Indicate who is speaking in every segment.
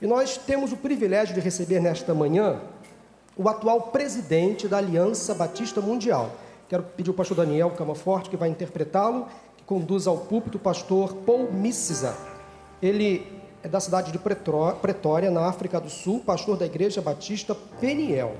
Speaker 1: E nós temos o privilégio de receber nesta manhã o atual presidente da Aliança Batista Mundial. Quero pedir ao pastor Daniel Camaforte, que vai interpretá-lo, que conduz ao púlpito o pastor Paul Missisa. Ele é da cidade de Pretró- Pretória, na África do Sul, pastor da Igreja Batista Peniel.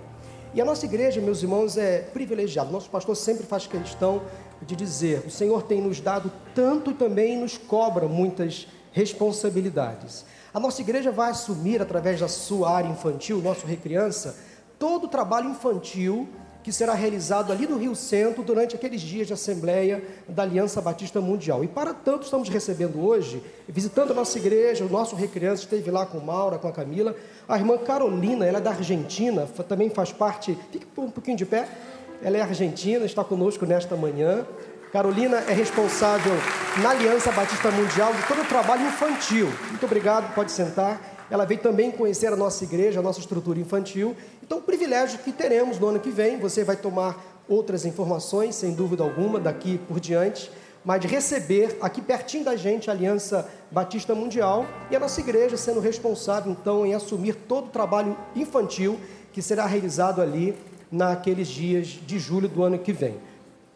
Speaker 1: E a nossa igreja, meus irmãos, é privilegiada. Nosso pastor sempre faz questão de dizer: o Senhor tem nos dado tanto e também nos cobra muitas responsabilidades. A nossa igreja vai assumir, através da sua área infantil, nosso Recriança, todo o trabalho infantil que será realizado ali no Rio Centro durante aqueles dias de Assembleia da Aliança Batista Mundial. E para tanto, estamos recebendo hoje, visitando a nossa igreja, o nosso Recriança esteve lá com Maura, com a Camila, a irmã Carolina, ela é da Argentina, fa- também faz parte, fique um pouquinho de pé, ela é argentina, está conosco nesta manhã. Carolina é responsável na Aliança Batista Mundial de todo o trabalho infantil. Muito obrigado, pode sentar. Ela veio também conhecer a nossa igreja, a nossa estrutura infantil. Então, o privilégio que teremos no ano que vem, você vai tomar outras informações, sem dúvida alguma, daqui por diante, mas de receber aqui pertinho da gente a Aliança Batista Mundial e a nossa igreja sendo responsável, então, em assumir todo o trabalho infantil que será realizado ali naqueles dias de julho do ano que vem.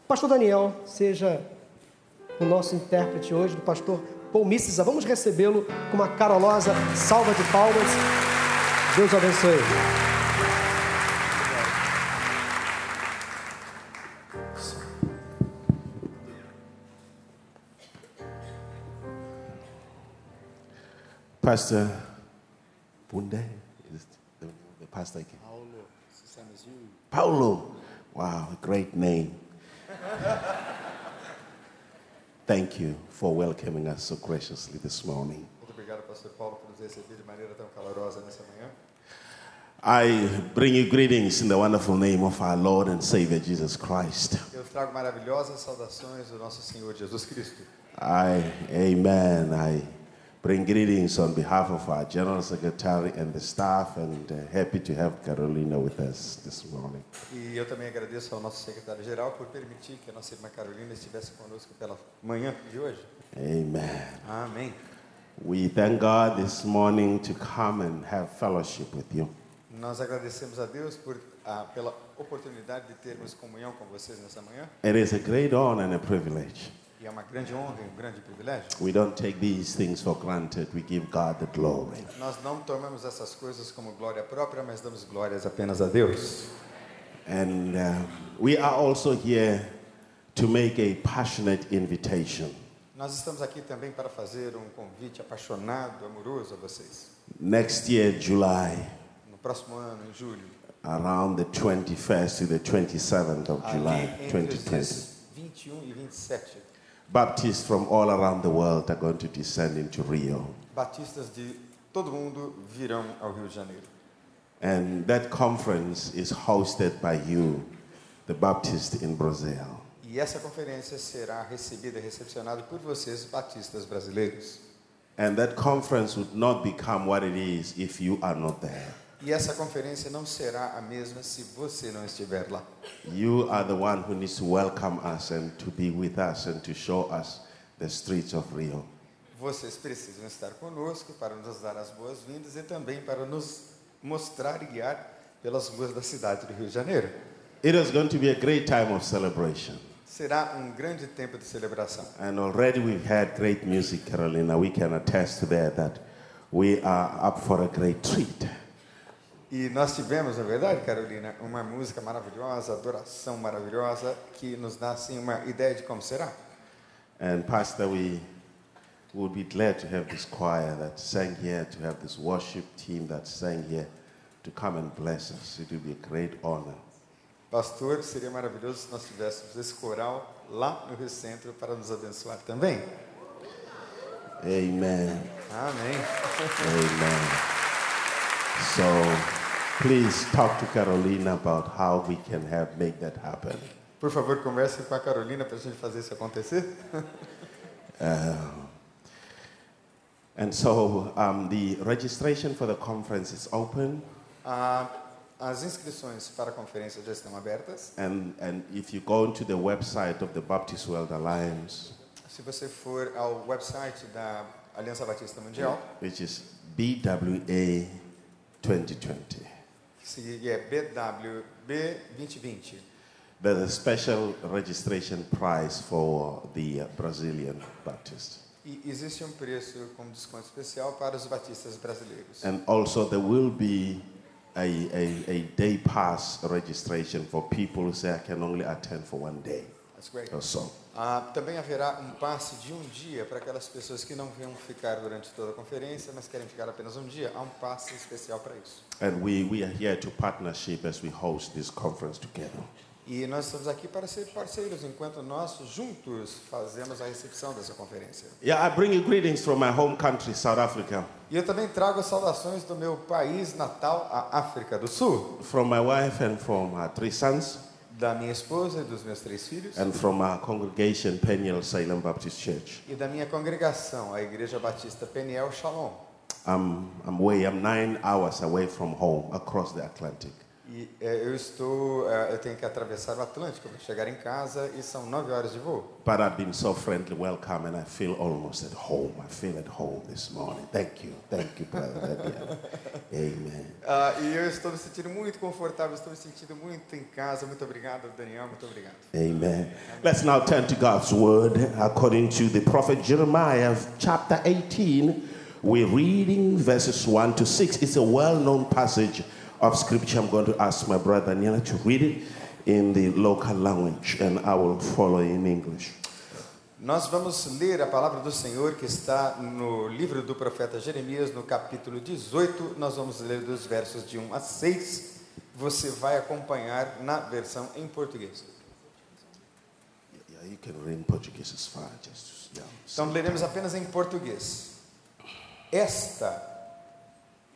Speaker 1: Pastor Daniel, seja o nosso intérprete hoje, do pastor Paul Missisa. Vamos recebê-lo com uma carolosa salva de palmas. Deus o abençoe.
Speaker 2: Pastor Bunde is the, the pastor. Again. Paulo, Paulo, wow, great name. Thank you for welcoming us so graciously this morning.
Speaker 3: Muito obrigado, pastor Paulo, por nos receber de maneira tão calorosa nessa manhã.
Speaker 2: I bring you greetings in the wonderful name of our Lord and Savior Jesus Christ.
Speaker 3: Eu trago maravilhosas saudações do nosso Senhor Jesus Cristo.
Speaker 2: I, amen. I bring greetings on behalf of our General Secretary and the staff, and uh, happy to have Carolina with us this morning.
Speaker 3: E eu também agradeço ao nosso secretário-geral por permitir que a nossa irmã Carolina estivesse conosco pela manhã de hoje.
Speaker 2: Amen.
Speaker 3: Amém.
Speaker 2: We thank God this morning to come and have fellowship with you.
Speaker 3: Nós agradecemos a Deus por, ah, pela oportunidade de termos comunhão com vocês nessa manhã.
Speaker 2: It is a great honor and a privilege.
Speaker 3: E é uma grande honra e um grande privilégio.
Speaker 2: We don't take these things for granted. We give God the glory.
Speaker 3: Nós não tomamos essas coisas como glória própria, mas damos glórias apenas a Deus.
Speaker 2: And um, we are also here to make a passionate invitation.
Speaker 3: Nós estamos aqui também para fazer um convite apaixonado, amoroso a vocês.
Speaker 2: Next year, July,
Speaker 3: No próximo ano, em julho,
Speaker 2: around the 21st to the 27th of July
Speaker 3: ali entre os
Speaker 2: 2020,
Speaker 3: dias 21 e 27,
Speaker 2: Baptists from all around the world are going to descend into Rio.
Speaker 3: batistas de todo mundo virão ao Rio de Janeiro.
Speaker 2: And that conference is hosted by you, the Baptist in Brazil.
Speaker 3: E essa conferência será recebida e recepcionada por vocês, batistas brasileiros.
Speaker 2: And that conference would not become what it is if you are not there.
Speaker 3: E essa conferência não será a mesma se você não estiver lá.
Speaker 2: You are the one who needs to welcome us and to be with us and to show us the streets of Rio.
Speaker 3: Vocês precisam estar conosco para nos dar as boas-vindas e também para nos mostrar e guiar pelas ruas da cidade do Rio de Janeiro.
Speaker 2: It is going to be a great time of celebration.
Speaker 3: Será um grande tempo de celebração.
Speaker 2: And already we've had great music, Carolina. We can attest to that, that we are up for a great treat.
Speaker 3: E nós tivemos, na verdade, Carolina, uma música maravilhosa, adoração maravilhosa, que nos dá assim uma ideia de como será.
Speaker 2: And Pastor, we would be glad to have this choir that sang here, to have this worship team that sang here, to come and bless us. It would be a great honor.
Speaker 3: Pastor, seria maravilhoso se nós tivéssemos esse coral lá no Rio Centro para nos abençoar também.
Speaker 2: Amen.
Speaker 3: Amém.
Speaker 2: Amen. So please talk to Carolina about how we can have make that happen.
Speaker 3: Por favor, converse com a Carolina para a gente fazer isso acontecer.
Speaker 2: And so um, the registration for the conference is open.
Speaker 3: Ah, as inscrições para a conferência já estão abertas.
Speaker 2: And, and if you go to the website of the Baptist World Alliance,
Speaker 3: Se você for ao website da Aliança Batista Mundial,
Speaker 2: which is BWA 2020.
Speaker 3: que se- é BWB 2020.
Speaker 2: There's a special registration prize for the uh, Brazilian Baptist.
Speaker 3: E existe um preço com desconto especial para os batistas brasileiros.
Speaker 2: And also, there will be a, a, a day pass registration for people who say, I can only attend for one day
Speaker 3: That's great.
Speaker 2: or so.
Speaker 3: é. Ah, também haverá um passe de um dia para aquelas pessoas que não vão ficar durante toda a conferência, mas querem ficar apenas um dia. Há um passe especial para isso.
Speaker 2: And we, we are here to partnership as we host this conference together.
Speaker 3: E nós estamos aqui para ser parceiros, enquanto nós juntos fazemos a recepção dessa conferência.
Speaker 2: Yeah, I bring you greetings from my home country, South Africa,
Speaker 3: E eu também trago as saudações do meu país natal, a África do Sul,
Speaker 2: from my wife and from her three sons,
Speaker 3: da minha esposa e dos meus três filhos,
Speaker 2: and from our congregation, Peniel Salem Baptist Church.
Speaker 3: e da minha congregação, a Igreja Batista Peniel Shalom.
Speaker 2: I'm, I'm way, I'm nine hours away from home across the Atlantic.
Speaker 3: E eh, eu estou, eh, eu tenho que atravessar o Atlântico para chegar em casa e são nove horas de voo.
Speaker 2: But I've been so friendly, welcome, and I feel almost at home. I feel at home this morning. Thank you. Thank you, Brother Daniel. Amen.
Speaker 3: Ah, e eu estou me sentindo muito confortável, estou me sentindo muito em casa. Muito obrigado, Daniel, muito obrigado.
Speaker 2: Amen. Let's now turn to God's word. According to the prophet Jeremiah, chapter 18, we're reading verses 1 to 6. It's a well known passage of scripture. I'm going to ask my brother Daniel to read it in the local language, and I will follow in English.
Speaker 3: Nós vamos ler a palavra do Senhor que está no livro do profeta Jeremias, no capítulo 18. Nós vamos ler dos versos de 1 a 6. Você vai acompanhar na versão em português.
Speaker 2: Yeah, you can read in Portuguese, it's fine. Just, yeah.
Speaker 3: Então leremos apenas em português. Esta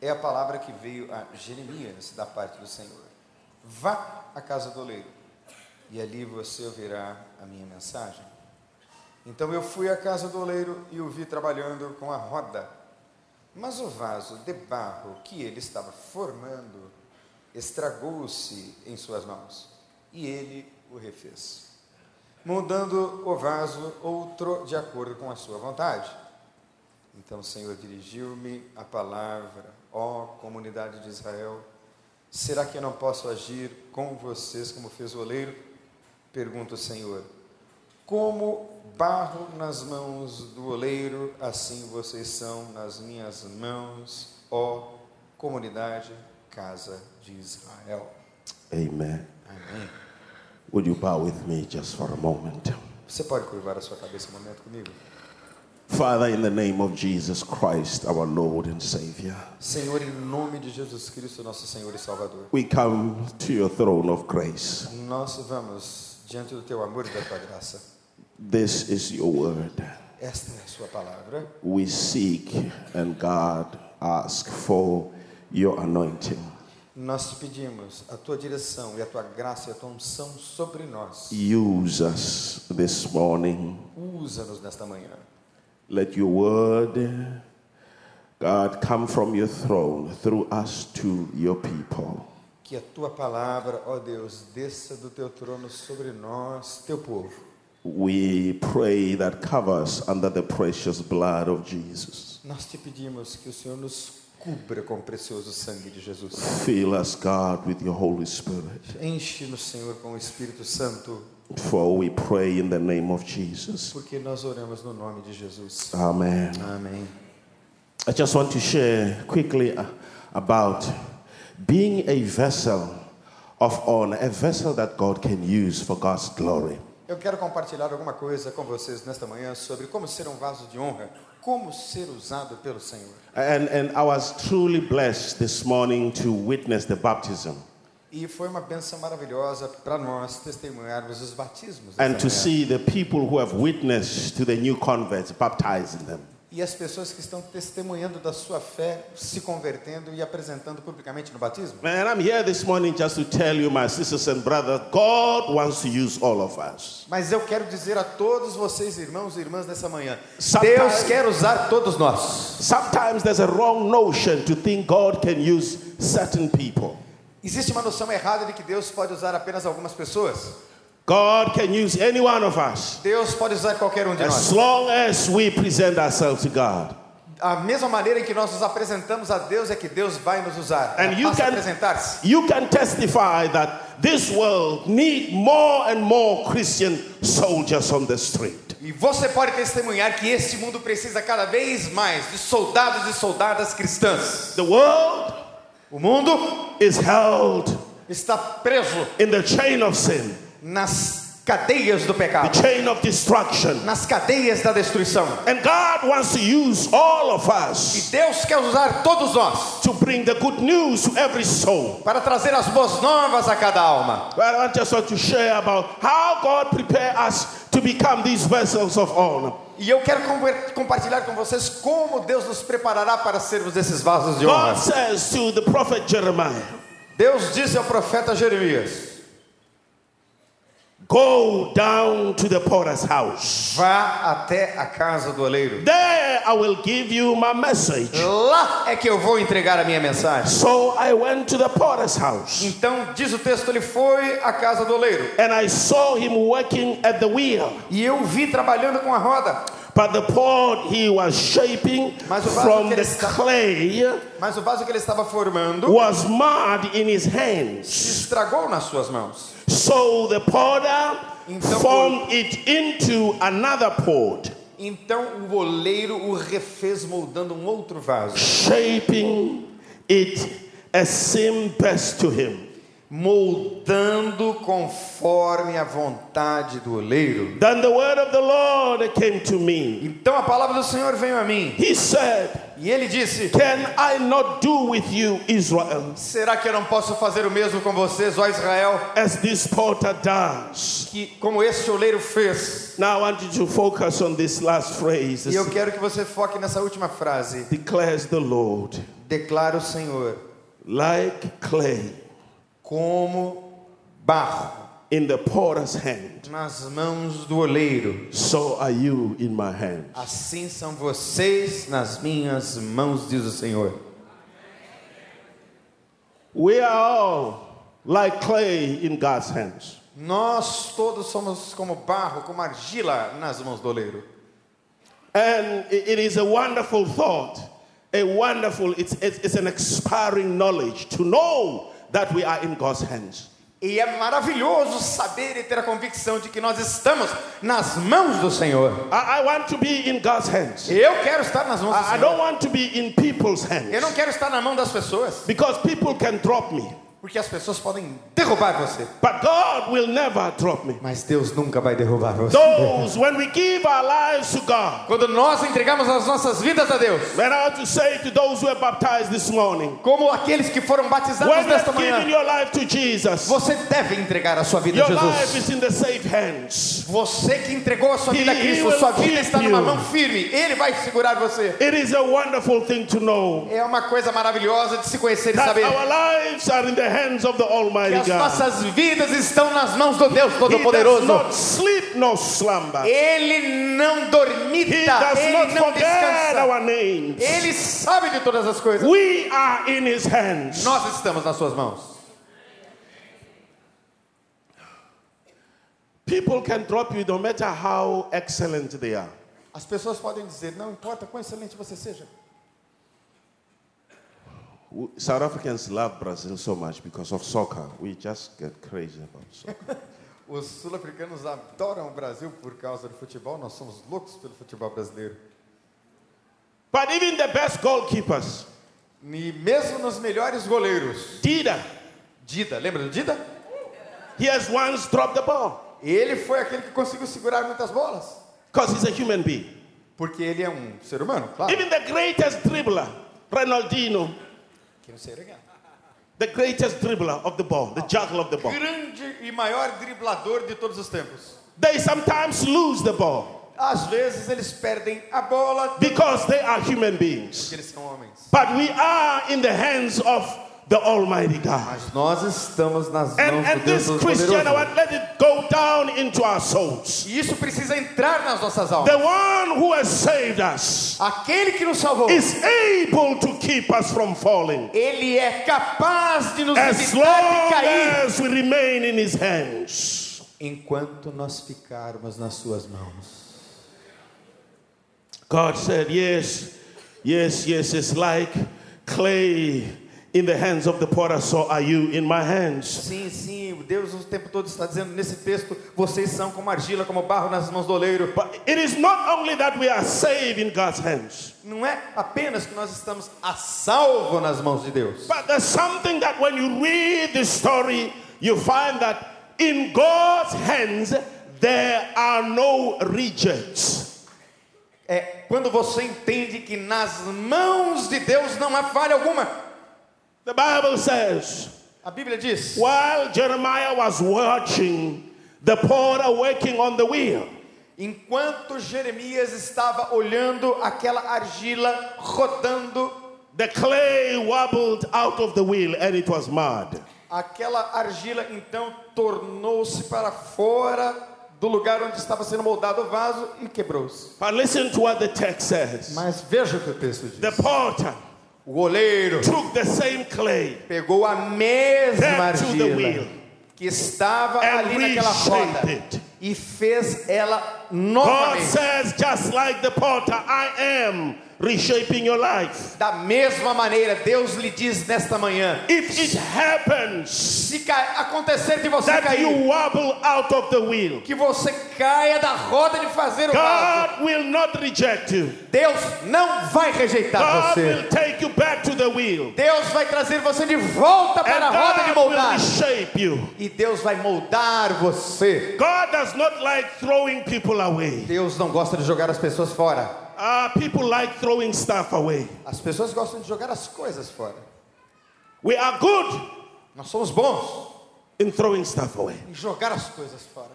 Speaker 3: é a palavra que veio a Jeremias da parte do Senhor. Vá à casa do oleiro, e ali você ouvirá a minha mensagem. Então eu fui à casa do oleiro e o vi trabalhando com a roda. Mas o vaso de barro que ele estava formando estragou-se em suas mãos, e ele o refez moldando o vaso outro de acordo com a sua vontade. Então o Senhor dirigiu-me a palavra, ó comunidade de Israel, será que eu não posso agir com vocês como fez o oleiro? Pergunta o Senhor. Como barro nas mãos do oleiro, assim vocês são nas minhas mãos, ó comunidade, casa de Israel.
Speaker 2: Amen.
Speaker 3: Amém.
Speaker 2: Would you bow with me just for a moment?
Speaker 3: Você pode curvar a sua cabeça um momento comigo?
Speaker 2: Father, in the name of Jesus Christ, our Lord and Savior,
Speaker 3: Senhor, em nome de Jesus Cristo, nosso Senhor e Salvador,
Speaker 2: we come to your throne of grace.
Speaker 3: nós vamos diante do teu amor e da tua graça.
Speaker 2: This is your word.
Speaker 3: Esta é a sua palavra.
Speaker 2: We seek and God ask for your anointing,
Speaker 3: Nós te pedimos a tua direção e a tua graça e a tua unção sobre nós.
Speaker 2: use us this morning.
Speaker 3: Usa-nos nesta manhã.
Speaker 2: Let your word, God, come from your throne through us to your people.
Speaker 3: Que a tua palavra, ó Deus, desça do teu trono sobre nós, teu povo.
Speaker 2: We pray that covers under the precious blood of Jesus.
Speaker 3: Nós te pedimos que o Senhor nos cubra com o precioso sangue de Jesus.
Speaker 2: Fill us, God, with your Holy Spirit.
Speaker 3: Enche-nos, Senhor, com o Espírito Santo,
Speaker 2: For we pray in the name of Jesus.
Speaker 3: porque nós oramos no nome de Jesus.
Speaker 2: Amen.
Speaker 3: Amém.
Speaker 2: I just want to share quickly uh, about being a vessel of honor, a vessel that God can use for God's glory.
Speaker 3: Eu quero compartilhar alguma coisa com vocês nesta manhã sobre como ser um vaso de honra, como ser usado pelo Senhor.
Speaker 2: And, and I was truly blessed this morning to witness the baptism
Speaker 3: E foi uma benção maravilhosa para nós testemunharmos os batismos. dessa
Speaker 2: and to
Speaker 3: manhã.
Speaker 2: see the people who have witnessed to the new converts baptizing them.
Speaker 3: E as pessoas que estão testemunhando da sua fé, se convertendo e apresentando publicamente no batismo.
Speaker 2: And I'm here this morning just to tell you, my sisters and brothers, God wants to use all of us.
Speaker 3: Mas eu quero dizer a todos vocês, irmãos e irmãs, nessa manhã:
Speaker 2: Sometimes-
Speaker 3: Deus quer usar todos nós.
Speaker 2: Sometimes there's a wrong notion to think God can use certain people.
Speaker 3: Existe uma noção errada de que Deus pode usar apenas algumas pessoas.
Speaker 2: God can use any one of us
Speaker 3: Deus pode usar qualquer um de nós.
Speaker 2: as long as we present ourselves to God.
Speaker 3: A mesma maneira em que nós nos apresentamos a Deus é que Deus vai nos usar.
Speaker 2: And you
Speaker 3: Basta
Speaker 2: can-
Speaker 3: apresentar-se.
Speaker 2: You can testify that this world need more and more Christian soldiers on the street.
Speaker 3: E você pode testemunhar que este mundo precisa cada vez mais de soldados e soldadas cristãs.
Speaker 2: The world
Speaker 3: O mundo
Speaker 2: is held
Speaker 3: está preso
Speaker 2: in the chain of sin,
Speaker 3: nas cadeias do
Speaker 2: the
Speaker 3: pecado,
Speaker 2: chain of destruction.
Speaker 3: nas cadeias da destruição.
Speaker 2: And God wants to use all of
Speaker 3: E
Speaker 2: us
Speaker 3: Deus quer usar todos nós
Speaker 2: to bring the good news to every soul.
Speaker 3: para trazer as boas novas a cada alma.
Speaker 2: Well, I just want to share about how God prepared us to become these vessels of honor.
Speaker 3: E eu quero com- compartilhar com vocês como Deus nos preparará para sermos esses vasos de
Speaker 2: God
Speaker 3: honra.
Speaker 2: says to the prophet Jeremiah,
Speaker 3: Deus disse ao profeta Jeremias:
Speaker 2: Go down to the potter's house.
Speaker 3: Vá até a casa do oleiro.
Speaker 2: There I will give you my message.
Speaker 3: Lá é que eu vou entregar a minha mensagem.
Speaker 2: So I went to the potter's house
Speaker 3: Então, diz o texto, ele foi à casa do oleiro.
Speaker 2: and I saw him working at the wheel.
Speaker 3: E eu o vi trabalhando com a roda.
Speaker 2: But the pot he was shaping
Speaker 3: Mas o vaso
Speaker 2: from
Speaker 3: que ele
Speaker 2: the
Speaker 3: está-
Speaker 2: clay
Speaker 3: Mas o vaso que ele estava formando
Speaker 2: was marred in his hands.
Speaker 3: se estragou nas suas mãos.
Speaker 2: So the potter
Speaker 3: Então,
Speaker 2: formed it into another pot,
Speaker 3: Então, o oleiro o refez moldando um outro vaso.
Speaker 2: shaping it as seemed best to him.
Speaker 3: Moldando conforme a vontade do oleiro.
Speaker 2: Then the word of the Lord came to me.
Speaker 3: Então a palavra do Senhor veio a mim
Speaker 2: He said,
Speaker 3: e ele disse:
Speaker 2: Can I not do with you, Israel,
Speaker 3: Será que eu não posso fazer o mesmo com vocês, ó Israel,
Speaker 2: as this potter does?
Speaker 3: que como este oleiro fez?
Speaker 2: Now I want you to focus on this last phrase.
Speaker 3: E eu quero que você foque nessa última frase.
Speaker 2: declares the Lord,
Speaker 3: Declara o Senhor
Speaker 2: like clay
Speaker 3: como barro
Speaker 2: in the potter's hand,
Speaker 3: nas mãos do oleiro.
Speaker 2: so are you in my hand.
Speaker 3: Assim são vocês nas minhas mãos, diz o Senhor.
Speaker 2: We are all like clay in God's hands.
Speaker 3: Nós todos somos como barro, como argila nas mãos do oleiro.
Speaker 2: And i- it is a wonderful thought, a wonderful, it's, it's, it's an expiring knowledge to know that we are in God's hands.
Speaker 3: E é maravilhoso saber e ter a convicção de que nós estamos nas mãos do Senhor.
Speaker 2: I, I want to be in God's hands.
Speaker 3: Eu quero estar nas mãos do
Speaker 2: I, I
Speaker 3: Senhor.
Speaker 2: don't want to be in people's
Speaker 3: Eu
Speaker 2: hands
Speaker 3: não quero estar na mão das pessoas,
Speaker 2: because people can drop me,
Speaker 3: porque as pessoas podem derrubar você,
Speaker 2: but God will never drop me.
Speaker 3: mas Deus nunca vai derrubar você.
Speaker 2: Those, when we give our lives to God,
Speaker 3: Quando nós entregamos as nossas vidas a Deus,
Speaker 2: And I want to say to those who are baptized this morning,
Speaker 3: como aqueles que foram batizados
Speaker 2: when you
Speaker 3: nesta
Speaker 2: have
Speaker 3: manhã,
Speaker 2: given your life to Jesus,
Speaker 3: você deve entregar a sua vida a
Speaker 2: your life
Speaker 3: Jesus.
Speaker 2: is in the safe hands.
Speaker 3: Você que entregou a sua
Speaker 2: He-
Speaker 3: vida a
Speaker 2: he
Speaker 3: Cristo,
Speaker 2: will
Speaker 3: sua vida
Speaker 2: keep
Speaker 3: está numa
Speaker 2: you.
Speaker 3: mão firme. Ele vai segurar você.
Speaker 2: It is a wonderful thing to know
Speaker 3: É uma coisa maravilhosa de se conhecer e
Speaker 2: that
Speaker 3: saber.
Speaker 2: our lives are in the hands of the
Speaker 3: que
Speaker 2: Almighty
Speaker 3: as
Speaker 2: God.
Speaker 3: nossas vidas estão nas mãos do Deus
Speaker 2: He does
Speaker 3: Todo-Poderoso.
Speaker 2: not sleep nor slumber.
Speaker 3: Ele não
Speaker 2: He
Speaker 3: dormita,
Speaker 2: does
Speaker 3: ele
Speaker 2: not
Speaker 3: não
Speaker 2: forget
Speaker 3: descansa.
Speaker 2: our names.
Speaker 3: Ele sabe de todas as coisas.
Speaker 2: We are in His hands.
Speaker 3: Nós estamos nas suas mãos.
Speaker 2: People can drop you no matter how excellent they are.
Speaker 3: As pessoas podem dizer, não importa quão excelente você seja.
Speaker 2: W- South Africans love Brazil so much because of soccer. We just get crazy about soccer.
Speaker 3: Os sul-africanos adoram o Brasil por causa do futebol. Nós somos loucos pelo futebol brasileiro.
Speaker 2: but even the best goalkeepers,
Speaker 3: E mesmo nos melhores goleiros.
Speaker 2: Dida,
Speaker 3: Dida, lembra do Dida?
Speaker 2: He has once dropped the ball
Speaker 3: Ele foi aquele que conseguiu segurar muitas bolas.
Speaker 2: because he's a human being.
Speaker 3: Porque ele é um ser humano, claro.
Speaker 2: Even the greatest dribbler, Ronaldinho,
Speaker 3: Que não sei é. ligar.
Speaker 2: the greatest dribbler of the ball, the juggler of the ball,
Speaker 3: grande e maior driblador de todos os tempos.
Speaker 2: they sometimes lose the ball
Speaker 3: Às vezes eles perdem a bola
Speaker 2: because they are human beings.
Speaker 3: porque eles são homens.
Speaker 2: But we are in the hands of the Almighty God.
Speaker 3: Mas nós estamos nas
Speaker 2: And,
Speaker 3: mãos
Speaker 2: and
Speaker 3: do Deus
Speaker 2: this Christian, I
Speaker 3: Todo-Poderoso.
Speaker 2: want let it go down into our souls.
Speaker 3: E isso precisa entrar nas nossas almas.
Speaker 2: The one who has saved us
Speaker 3: Aquele que nos salvou,
Speaker 2: is able to keep us from falling
Speaker 3: ele é capaz de nos
Speaker 2: as
Speaker 3: evitar
Speaker 2: long
Speaker 3: de cair.
Speaker 2: as we remain in his hands.
Speaker 3: Enquanto nós ficarmos nas suas mãos.
Speaker 2: God said, Yes, Yes, yes, it's like clay in the hands of the potter, so are you in my hands.
Speaker 3: Sim, sim, Deus o tempo todo está dizendo nesse texto: vocês são como argila, como barro nas mãos do oleiro.
Speaker 2: But it is not only that we are saved in God's hands,
Speaker 3: Não é apenas que nós estamos a salvo nas mãos de Deus,
Speaker 2: but there's something that when you read the story, you find that in God's hands there are no rejects.
Speaker 3: é quando você entende que nas mãos de Deus não há falha alguma.
Speaker 2: The Bible says,
Speaker 3: A Bíblia diz:
Speaker 2: while Jeremiah was watching the potter working on the wheel,
Speaker 3: enquanto Jeremias estava olhando aquela argila rodando,
Speaker 2: the clay wobbled out of the wheel and it was mud.
Speaker 3: aquela argila então tornou-se para fora do lugar onde estava sendo moldado o vaso e quebrou-se.
Speaker 2: But listen to what the text says.
Speaker 3: Mas veja o que o texto diz.
Speaker 2: The potter
Speaker 3: O oleiro
Speaker 2: took the same clay
Speaker 3: pegou a mesma
Speaker 2: Back to the
Speaker 3: argila
Speaker 2: wheel.
Speaker 3: que estava
Speaker 2: And
Speaker 3: ali naquela roda
Speaker 2: reshaped it.
Speaker 3: e fez ela
Speaker 2: God
Speaker 3: novamente
Speaker 2: says, just like the potter, I am reshaping your life.
Speaker 3: da mesma maneira. Deus lhe diz nesta manhã:
Speaker 2: If it happens
Speaker 3: se ca- acontecer de você
Speaker 2: that
Speaker 3: cair,
Speaker 2: you wobble out of the wheel,
Speaker 3: que você caia da roda de fazer o vaso,
Speaker 2: God will not reject you.
Speaker 3: Deus não vai rejeitar
Speaker 2: God
Speaker 3: você.
Speaker 2: will take you back to the wheel.
Speaker 3: Deus vai trazer você de volta
Speaker 2: And
Speaker 3: para a roda de
Speaker 2: God will
Speaker 3: moldar.
Speaker 2: reshape you.
Speaker 3: E Deus vai moldar você.
Speaker 2: God does not like throwing people away.
Speaker 3: Deus não gosta de jogar as pessoas fora.
Speaker 2: Ah, people like throwing stuff away.
Speaker 3: As pessoas gostam de jogar as coisas fora.
Speaker 2: We are good
Speaker 3: Nós somos bons
Speaker 2: in throwing stuff away.
Speaker 3: em jogar as coisas fora.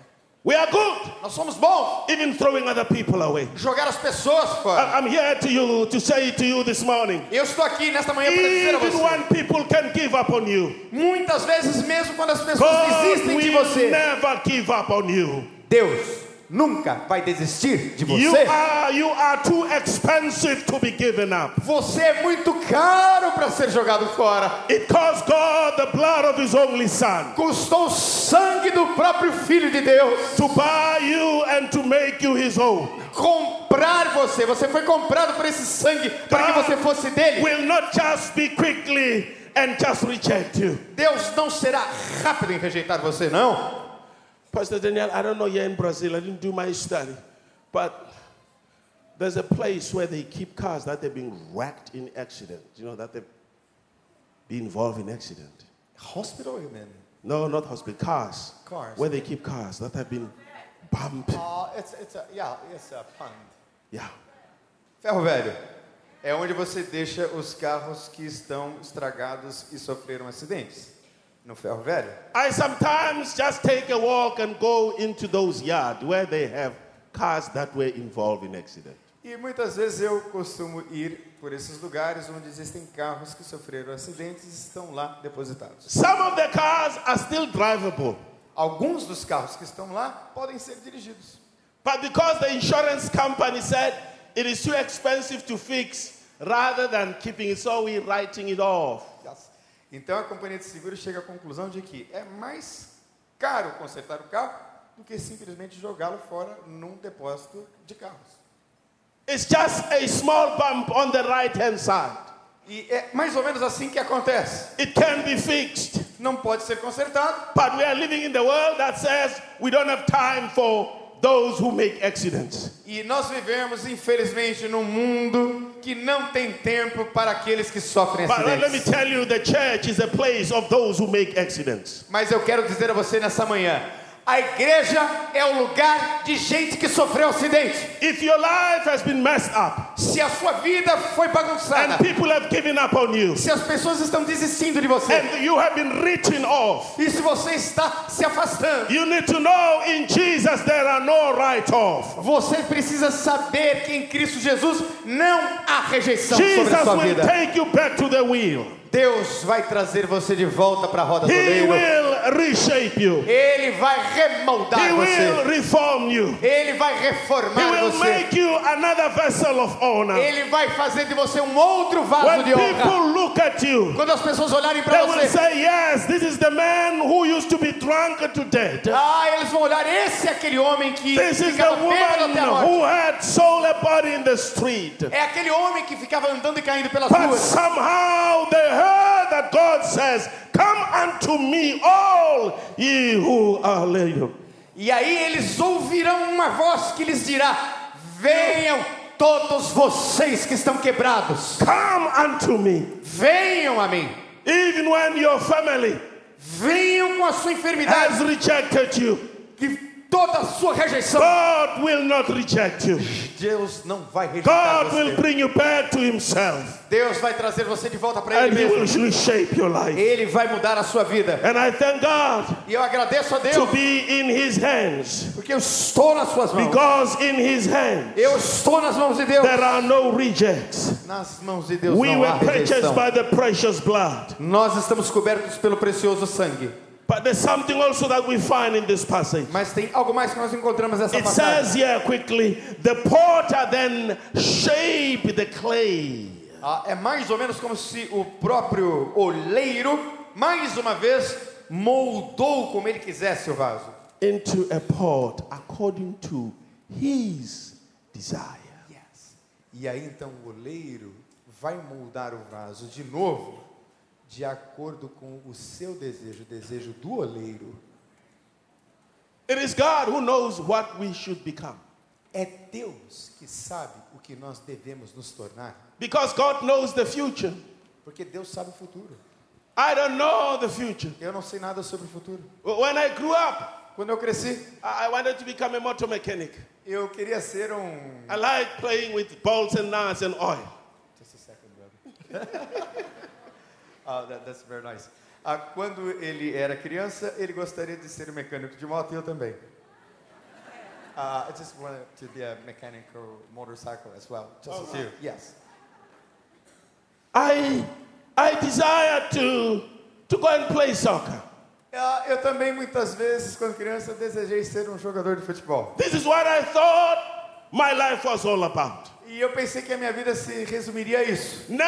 Speaker 2: We are good
Speaker 3: Nós somos bons
Speaker 2: even throwing other people away.
Speaker 3: em jogar as pessoas fora.
Speaker 2: I- I'm here to you to say to you this morning.
Speaker 3: Eu estou aqui nesta manhã para dizer a
Speaker 2: Even
Speaker 3: você.
Speaker 2: when people can give up on you,
Speaker 3: Muitas vezes, mesmo quando as pessoas
Speaker 2: God
Speaker 3: desistem de
Speaker 2: will
Speaker 3: você,
Speaker 2: never give up on you.
Speaker 3: Deus nunca vai desistir de
Speaker 2: You
Speaker 3: você.
Speaker 2: are you are too expensive to be given up.
Speaker 3: Você é muito caro para ser jogado fora.
Speaker 2: It cost God the blood of His only Son
Speaker 3: Custou o sangue do próprio Filho de Deus
Speaker 2: to buy you and to make you His own.
Speaker 3: comprar você. Você foi comprado por esse sangue para que você fosse dele.
Speaker 2: Will not just be quickly and just reject you.
Speaker 3: Deus não será rápido em rejeitar você, não.
Speaker 2: Pastor Daniel, I don't know here in Brazil, I didn't do my study, but there's a place where they keep cars that they've been wrecked in accident. You know, that they've been involved in accident.
Speaker 3: Hospital Amen.
Speaker 2: No, not hospital, cars.
Speaker 3: Cars.
Speaker 2: Where they keep cars that have been bumped.
Speaker 3: Uh, it's, it's a, yeah, it's a pond.
Speaker 2: Yeah.
Speaker 3: Ferro velho. É onde você deixa os carros que estão estragados e sofreram acidentes. No ferro velho.
Speaker 2: I sometimes just take a walk and go into those yards where they have cars that were involved in accident.
Speaker 3: E muitas vezes eu costumo ir por esses lugares onde existem carros que sofreram acidentes e estão lá depositados.
Speaker 2: Some of the cars are still drivable,
Speaker 3: Alguns dos carros que estão lá podem ser dirigidos.
Speaker 2: But because the insurance company said it is too expensive to fix rather than keeping it, so we're writing it off.
Speaker 3: Yes. Então a companhia de seguro chega à conclusão de que é mais caro consertar o carro do que simplesmente jogá-lo fora num depósito de carros.
Speaker 2: It's just a small bump on the right hand side.
Speaker 3: E é mais ou menos assim que acontece.
Speaker 2: It can be fixed.
Speaker 3: Não pode ser consertado,
Speaker 2: But we are living in the world that says we don't have time for those who make accidents.
Speaker 3: e nós vivemos, infelizmente, num mundo que não tem tempo para aqueles que sofrem
Speaker 2: But let, let me
Speaker 3: acidentes.
Speaker 2: tell you, the church is a place of those who make accidents.
Speaker 3: Mas eu quero dizer a você nessa manhã: a igreja é o lugar de gente que sofreu acidente.
Speaker 2: If your life has been messed up
Speaker 3: Se a sua vida foi bagunçada,
Speaker 2: and people have given up on you
Speaker 3: se as pessoas estão desistindo de você,
Speaker 2: and you have been written off,
Speaker 3: E se você está se afastando,
Speaker 2: You need to know in Jesus there are no write off.
Speaker 3: você precisa saber que em Cristo Jesus não há rejeição sobre
Speaker 2: Jesus
Speaker 3: a sua
Speaker 2: will
Speaker 3: vida.
Speaker 2: take you back to the wheel.
Speaker 3: Deus vai trazer você de volta para a roda do
Speaker 2: He
Speaker 3: oleiro.
Speaker 2: will reshape you.
Speaker 3: Ele vai remoldar
Speaker 2: He will
Speaker 3: você.
Speaker 2: reform you.
Speaker 3: Ele vai
Speaker 2: He
Speaker 3: reformar
Speaker 2: will
Speaker 3: você.
Speaker 2: make you another vessel of honor.
Speaker 3: Ele vai fazer de você um outro vaso
Speaker 2: When
Speaker 3: de honra.
Speaker 2: people look at you,
Speaker 3: Quando as pessoas olharem
Speaker 2: they
Speaker 3: para
Speaker 2: will
Speaker 3: você,
Speaker 2: say, Yes, this is the man who used to be drunk to death.
Speaker 3: ah, eles vão olhar esse é aquele homem que
Speaker 2: This is the
Speaker 3: ficava bêbado
Speaker 2: woman
Speaker 3: até a morte.
Speaker 2: who had sold a body in the street.
Speaker 3: É aquele homem que ficava andando e caindo pelas
Speaker 2: But
Speaker 3: ruas.
Speaker 2: somehow they heard that God says, Come unto me, all ye who are labored.
Speaker 3: E aí eles ouvirão uma voz que lhes dirá: Venham todos vocês que estão quebrados,
Speaker 2: Come unto me.
Speaker 3: venham a mim.
Speaker 2: Even when your family
Speaker 3: Venham com a sua enfermidade,
Speaker 2: has rejected you,
Speaker 3: que toda a sua rejeição.
Speaker 2: God will not reject you.
Speaker 3: Deus não vai rejeitar
Speaker 2: God will
Speaker 3: você.
Speaker 2: bring you back to Himself
Speaker 3: Deus vai trazer você de volta para Ele
Speaker 2: and He will
Speaker 3: mesmo.
Speaker 2: reshape your life.
Speaker 3: Ele vai mudar a sua vida.
Speaker 2: And I thank God
Speaker 3: E eu agradeço a Deus
Speaker 2: to be in His hands
Speaker 3: porque eu estou nas suas mãos.
Speaker 2: because in His hands
Speaker 3: Eu estou nas mãos de Deus.
Speaker 2: there are no rejects.
Speaker 3: Nas mãos de Deus
Speaker 2: We
Speaker 3: não há
Speaker 2: were purchased
Speaker 3: rejeição.
Speaker 2: by the precious blood.
Speaker 3: Nós estamos cobertos pelo precioso sangue.
Speaker 2: But there's something also that we find in this passage.
Speaker 3: Mas tem algo mais que nós encontramos nessa
Speaker 2: It
Speaker 3: passagem.
Speaker 2: says here quickly the potter then shaped the clay.
Speaker 3: Ah, é mais ou menos como se o próprio oleiro, mais uma vez, moldou como ele quisesse o vaso.
Speaker 2: into a pot according to his desire.
Speaker 3: E aí então o oleiro vai moldar o vaso de novo, de acordo com o seu desejo, o desejo do oleiro.
Speaker 2: It is God who knows what we should become.
Speaker 3: É Deus que sabe o que nós devemos nos tornar,
Speaker 2: Because God knows the future.
Speaker 3: porque Deus sabe o futuro.
Speaker 2: I don't know the future.
Speaker 3: Eu não sei nada sobre o futuro.
Speaker 2: When I grew up,
Speaker 3: Quando eu cresci,
Speaker 2: I I wanted to become a motor mechanic.
Speaker 3: eu queria ser um
Speaker 2: I liked playing with bolts and nuts and oil.
Speaker 3: Just a second, brother. Ah, that- that's very nice. Ah, quando ele era criança, ele gostaria de ser um mecânico de moto e eu também. Ah, I just wanted to be a mechanical motorcycle as well. Just as you. Yes.
Speaker 2: I, I desired to, to go and play soccer.
Speaker 3: Ah, eu também, muitas vezes, quando criança, desejei ser um jogador de futebol.
Speaker 2: This is what I thought my life was all about.
Speaker 3: E eu pensei que a minha vida se resumiria a isso.
Speaker 2: Never